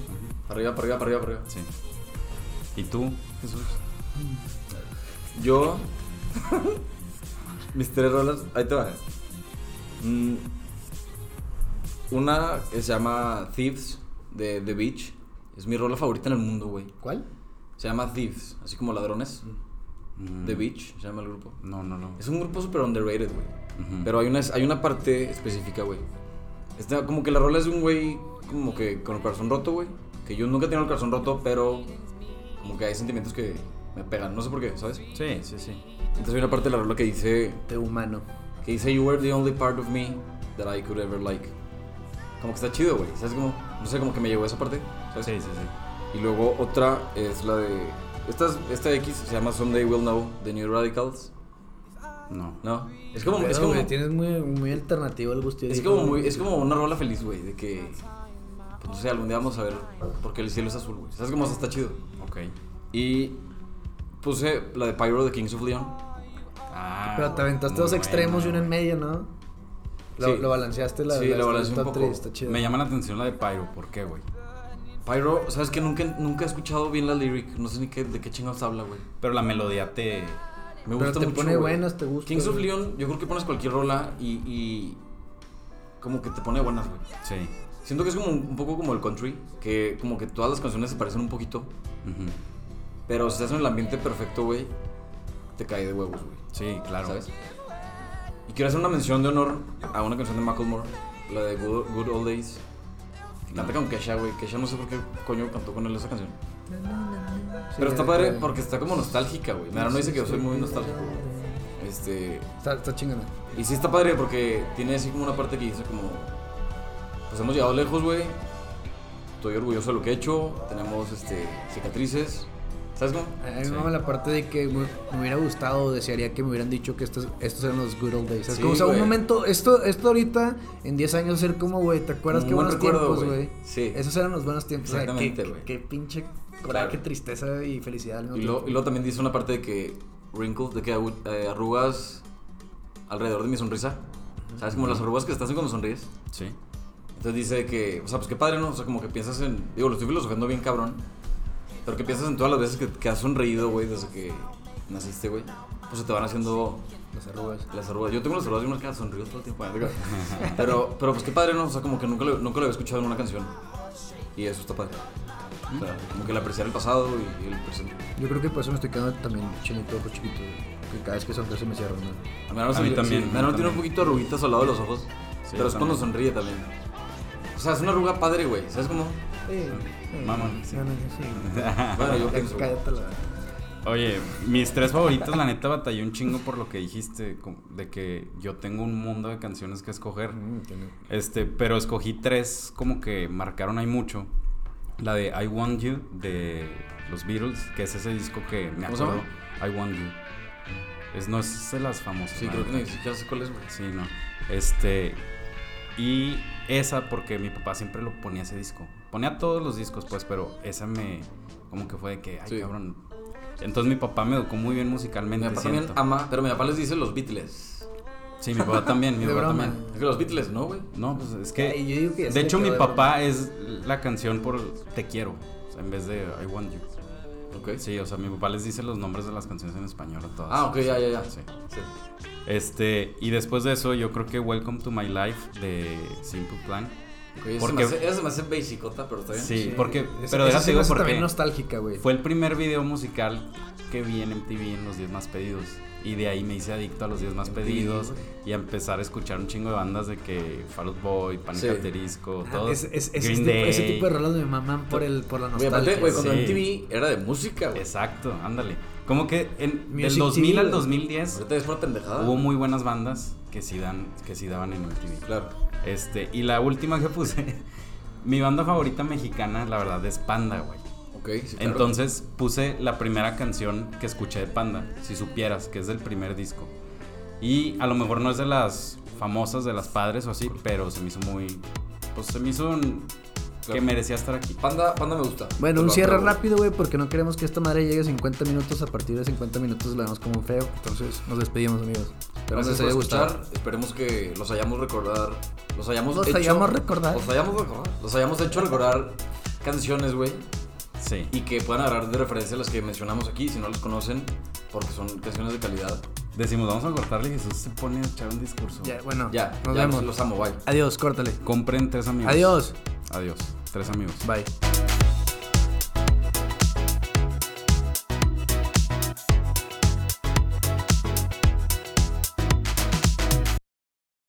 [SPEAKER 3] Arriba, para arriba, para arriba, para arriba.
[SPEAKER 2] Sí. ¿Y tú, Jesús?
[SPEAKER 3] Yo. Mis tres rolas. Ahí te va. Mm, una que se llama Thieves de The Beach. Es mi rola favorita en el mundo, güey.
[SPEAKER 4] ¿Cuál?
[SPEAKER 3] Se llama Thieves, así como ladrones.
[SPEAKER 2] Mm,
[SPEAKER 3] The Beach, se llama el grupo.
[SPEAKER 2] No, no, no.
[SPEAKER 3] Es un grupo super underrated, güey.
[SPEAKER 2] Ujú.
[SPEAKER 3] Pero hay una, hay una parte específica, güey. Está como que la rola es de un güey como que con el corazón roto, güey. Que yo nunca he tenido el corazón roto, pero como que hay sentimientos que me pegan. No sé por qué, ¿sabes?
[SPEAKER 2] Sí, sí, sí.
[SPEAKER 3] Entonces hay una parte de la rola que dice
[SPEAKER 1] Te humano.
[SPEAKER 3] que dice You were the only part of me that I could ever like. Como que está chido, güey. ¿Sabes cómo? No sé, como que me llegó esa parte. ¿sabes?
[SPEAKER 2] Sí, sí, sí.
[SPEAKER 3] Y luego otra es la de. Esta, es- esta X se llama Someday We'll Know, The New Radicals.
[SPEAKER 2] No.
[SPEAKER 3] No. Es como.
[SPEAKER 1] Pero,
[SPEAKER 3] es como,
[SPEAKER 1] güey, tienes muy, muy alternativo el gusto.
[SPEAKER 3] es como, muy- es como una rola feliz, güey. De que. Pues no sé, algún día vamos a ver por qué el cielo es azul, güey. ¿Sabes cómo? O sea, está chido.
[SPEAKER 2] Ok.
[SPEAKER 3] Y. Puse la de Pyro de Kings of Leon.
[SPEAKER 2] Ah,
[SPEAKER 1] Pero te aventaste
[SPEAKER 2] muy
[SPEAKER 1] dos extremos
[SPEAKER 2] buena,
[SPEAKER 1] y uno en medio, ¿no? Lo,
[SPEAKER 3] Sí.
[SPEAKER 1] lo balanceaste la
[SPEAKER 3] Sí,
[SPEAKER 1] la-
[SPEAKER 3] lo balanceé
[SPEAKER 1] está
[SPEAKER 3] un poco.
[SPEAKER 1] triste, Está chido.
[SPEAKER 2] Me llama la atención la de Pyro. ¿Por qué, güey?
[SPEAKER 3] Pyro, ¿sabes que nunca, nunca he escuchado bien la lyric? No sé ni qué, de qué chingados habla, güey.
[SPEAKER 2] Pero la melodía te.
[SPEAKER 3] Me
[SPEAKER 1] Pero
[SPEAKER 3] gusta
[SPEAKER 1] te
[SPEAKER 3] mucho,
[SPEAKER 1] pone
[SPEAKER 3] güey.
[SPEAKER 1] buenas, te gusta,
[SPEAKER 3] Kings of
[SPEAKER 1] güey.
[SPEAKER 3] Leon, yo creo que pones cualquier rola y, y como que te pone buenas, güey.
[SPEAKER 2] Sí.
[SPEAKER 3] Siento que es como un, un poco como el country, que como que todas las canciones se parecen un poquito,
[SPEAKER 2] Ujú.
[SPEAKER 3] pero si estás en el ambiente perfecto, güey, te cae de huevos, güey.
[SPEAKER 2] Sí, claro.
[SPEAKER 3] ¿Sabes? Y quiero hacer una mención de honor a una canción de Macklemore, la de Good, Good Old Days. Que canta con Kesha, güey. Kesha no sé por qué coño cantó con él esa canción.
[SPEAKER 1] Sí,
[SPEAKER 3] Pero está
[SPEAKER 1] ya,
[SPEAKER 3] padre
[SPEAKER 1] ya.
[SPEAKER 3] porque está como nostálgica, güey. Mira, no dice que yo soy muy nostálgico, güey. Este,
[SPEAKER 1] Está, está chingona.
[SPEAKER 3] Y sí está padre porque tiene así como una parte que dice como... Pues hemos llegado lejos, güey. Estoy orgulloso de lo que he hecho. Tenemos este, cicatrices. ¿Sabes cómo?
[SPEAKER 1] A mí
[SPEAKER 2] Sí.
[SPEAKER 1] me mama la parte de que me, me hubiera gustado o desearía que me hubieran dicho que estos, estos eran los good old days. Es
[SPEAKER 3] Sí,
[SPEAKER 1] como, o sea, un
[SPEAKER 3] güey.
[SPEAKER 1] momento, esto, esto ahorita, en 10 años, ser como, güey, ¿te acuerdas
[SPEAKER 3] Un
[SPEAKER 1] qué
[SPEAKER 3] buen
[SPEAKER 1] buenos
[SPEAKER 3] recuerdo,
[SPEAKER 1] tiempos,
[SPEAKER 3] güey.
[SPEAKER 1] güey?
[SPEAKER 3] Sí.
[SPEAKER 1] Esos eran los buenos tiempos. o sea, qué-
[SPEAKER 3] Exactamente,
[SPEAKER 1] qué,
[SPEAKER 3] güey.
[SPEAKER 1] qué pinche coraje,
[SPEAKER 3] Claro.
[SPEAKER 1] qué tristeza y felicidad. al mismo
[SPEAKER 3] Y, lo-
[SPEAKER 1] tiempo.
[SPEAKER 3] y luego también dice una parte de que... Wrinkles, de que agu- eh, arrugas alrededor de mi sonrisa. ¿Sabes? Como las arrugas que se te hacen cuando sonríes.
[SPEAKER 2] Sí.
[SPEAKER 3] Entonces dice que, o sea, pues qué padre, ¿no? O sea, como que piensas en. Digo, lo estoy filosofando bien cabrón. Pero que piensas en todas las veces que, que has sonreído, güey, desde que naciste, güey. Pues se te van haciendo
[SPEAKER 1] Las arrugas.
[SPEAKER 3] las arrugas. Yo tengo las arrugas de una cara sonrío todo el
[SPEAKER 2] [laughs]
[SPEAKER 3] tiempo. ¿eh? Pero, pero pues qué padre, ¿no? O sea, como que nunca lo, nunca lo había escuchado en una canción. Y eso está padre. O sea, como que el apreciar el pasado y, y el presente.
[SPEAKER 1] Yo creo que por eso me estoy quedando también chinito, ojo chiquito. güey, Que cada vez que sonrío se me cierran. ¿no?
[SPEAKER 3] A mí, ahora
[SPEAKER 2] A
[SPEAKER 3] se-
[SPEAKER 2] mí
[SPEAKER 3] sí,
[SPEAKER 2] también,
[SPEAKER 3] me
[SPEAKER 2] a mí
[SPEAKER 3] ahora tiene un
[SPEAKER 2] también.
[SPEAKER 3] poquito de arruguitas al lado de los ojos.
[SPEAKER 2] Sí,
[SPEAKER 3] pero es
[SPEAKER 2] también.
[SPEAKER 3] cuando sonríe también. O sea, es una arruga padre, güey. ¿Sabes cómo?
[SPEAKER 1] Eh, eh,
[SPEAKER 2] Mamón, sí.
[SPEAKER 1] no, no, sí.
[SPEAKER 3] [laughs]
[SPEAKER 2] [laughs]
[SPEAKER 3] Bueno, yo
[SPEAKER 1] Ya
[SPEAKER 3] pienso. güey.
[SPEAKER 1] cállate la-
[SPEAKER 2] Oye, mis tres favoritos, la neta, batallé un chingo por lo que dijiste, com- de que yo tengo un mundo de canciones que escoger.
[SPEAKER 1] Mm, tiene-
[SPEAKER 2] Este, pero escogí tres como que marcaron ahí mucho. La de I Want You de los Beatles, que es ese disco que me
[SPEAKER 3] ¿Cómo se
[SPEAKER 2] acuerdo. I Want You. Es, no es de las famosas.
[SPEAKER 3] Sí,
[SPEAKER 2] la
[SPEAKER 3] creo que
[SPEAKER 2] neta.
[SPEAKER 3] ni siquiera sé cuál es, güey.
[SPEAKER 2] Sí, no. Este. Y esa, porque mi papá siempre lo ponía ese disco. Ponía todos los discos, pues, pero esa me. Como que fue de que, ay,
[SPEAKER 3] Sí.
[SPEAKER 2] cabrón. Entonces mi papá me educó muy bien
[SPEAKER 3] Mi
[SPEAKER 2] musicalmente.
[SPEAKER 3] papá también
[SPEAKER 2] siento.
[SPEAKER 3] ama, pero mi papá les dice los Beatles.
[SPEAKER 2] Sí, mi papá también, mi
[SPEAKER 1] De
[SPEAKER 2] papá
[SPEAKER 1] broma.
[SPEAKER 2] también.
[SPEAKER 3] Es que los Beatles, ¿no, güey?
[SPEAKER 2] No, pues es que.
[SPEAKER 1] Ay, yo digo que ya se
[SPEAKER 2] de
[SPEAKER 1] le
[SPEAKER 2] hecho, mi
[SPEAKER 1] quedó de
[SPEAKER 2] papá es la canción por Te quiero, o sea, en vez de I want you.
[SPEAKER 3] Ok. Sí.
[SPEAKER 2] Sí, o sea, mi papá les dice los nombres de las canciones en español a todas.
[SPEAKER 3] Ah, ok, ya, ya, ya.
[SPEAKER 2] Sí.
[SPEAKER 3] Sí.
[SPEAKER 2] Este, y después de eso, yo creo que Welcome to My Life de Simple Plan.
[SPEAKER 3] Ok, esa,
[SPEAKER 2] Porque-
[SPEAKER 3] se me hace, esa se me hace basicota, pero está bien.
[SPEAKER 2] Sí, porque.
[SPEAKER 1] Esa- esa
[SPEAKER 2] pero déjate
[SPEAKER 1] se me
[SPEAKER 2] digo
[SPEAKER 1] hace
[SPEAKER 2] por
[SPEAKER 1] también
[SPEAKER 2] qué.
[SPEAKER 1] nostálgica, güey.
[SPEAKER 2] Fue el primer video musical que vi en MTV en los 10 más pedidos. Y de ahí me hice adicto a los 10 más
[SPEAKER 3] MTV,
[SPEAKER 2] pedidos
[SPEAKER 3] güey.
[SPEAKER 2] y a empezar a escuchar un chingo de bandas de que Fall Out Boy, Panic
[SPEAKER 3] Sí.
[SPEAKER 2] at the Disco,
[SPEAKER 1] Ah,
[SPEAKER 2] todo.
[SPEAKER 1] es- es- ese,
[SPEAKER 2] Green
[SPEAKER 1] tipo, ese
[SPEAKER 2] Day.
[SPEAKER 1] tipo de rolas me maman por, el, por la
[SPEAKER 3] Güey,
[SPEAKER 1] nostalgia.
[SPEAKER 3] aparte, güey, cuando
[SPEAKER 2] Sí.
[SPEAKER 3] MTV era de música, güey.
[SPEAKER 2] Exacto, ándale. Como que en, del
[SPEAKER 1] Music
[SPEAKER 2] 2000
[SPEAKER 1] TV,
[SPEAKER 2] al
[SPEAKER 1] güey.
[SPEAKER 2] 2010
[SPEAKER 3] Ahorita es por pendejada.
[SPEAKER 2] hubo muy buenas bandas que sí, dan, que sí daban en MTV.
[SPEAKER 3] Claro.
[SPEAKER 2] Este, y la última que puse, [laughs] mi banda favorita mexicana, la verdad, es Panda, güey.
[SPEAKER 3] Ok, sí, claro.
[SPEAKER 2] Entonces puse la primera canción que escuché de Panda, si supieras, que es del primer disco. Y a lo mejor no es de las famosas, de las padres o así, pero se me hizo muy... Pues se me hizo un- que merecía estar aquí.
[SPEAKER 3] Panda, Panda me gusta.
[SPEAKER 1] Bueno,
[SPEAKER 3] Te
[SPEAKER 1] un
[SPEAKER 3] lo
[SPEAKER 1] cierre
[SPEAKER 3] apruebo.
[SPEAKER 1] rápido, güey, porque no queremos que esta madre llegue a 50 minutos. A partir de 50 minutos la vemos como feo. Entonces, nos despedimos, amigos. Espero que
[SPEAKER 3] Gracias
[SPEAKER 1] les
[SPEAKER 3] por
[SPEAKER 1] haya gustado.
[SPEAKER 3] escuchar. Esperemos que los hayamos recordar. Los hayamos
[SPEAKER 1] Los
[SPEAKER 3] hecho-
[SPEAKER 1] hayamos recordar.
[SPEAKER 3] Los hayamos recordar. Los hayamos hecho recordar canciones, güey.
[SPEAKER 2] Sí.
[SPEAKER 3] Y que puedan agarrar de referencia las que mencionamos aquí, si no las conocen, porque son canciones de calidad.
[SPEAKER 2] Decimos, vamos a cortarle. Jesús se pone a echar un discurso.
[SPEAKER 1] Ya, bueno,
[SPEAKER 3] Ya,
[SPEAKER 1] nos
[SPEAKER 3] ya
[SPEAKER 1] vemos.
[SPEAKER 3] los amo, bye.
[SPEAKER 1] Adiós, córtale.
[SPEAKER 2] Compren tres amigos.
[SPEAKER 1] Adiós.
[SPEAKER 2] Adiós. Tres amigos.
[SPEAKER 1] Bye.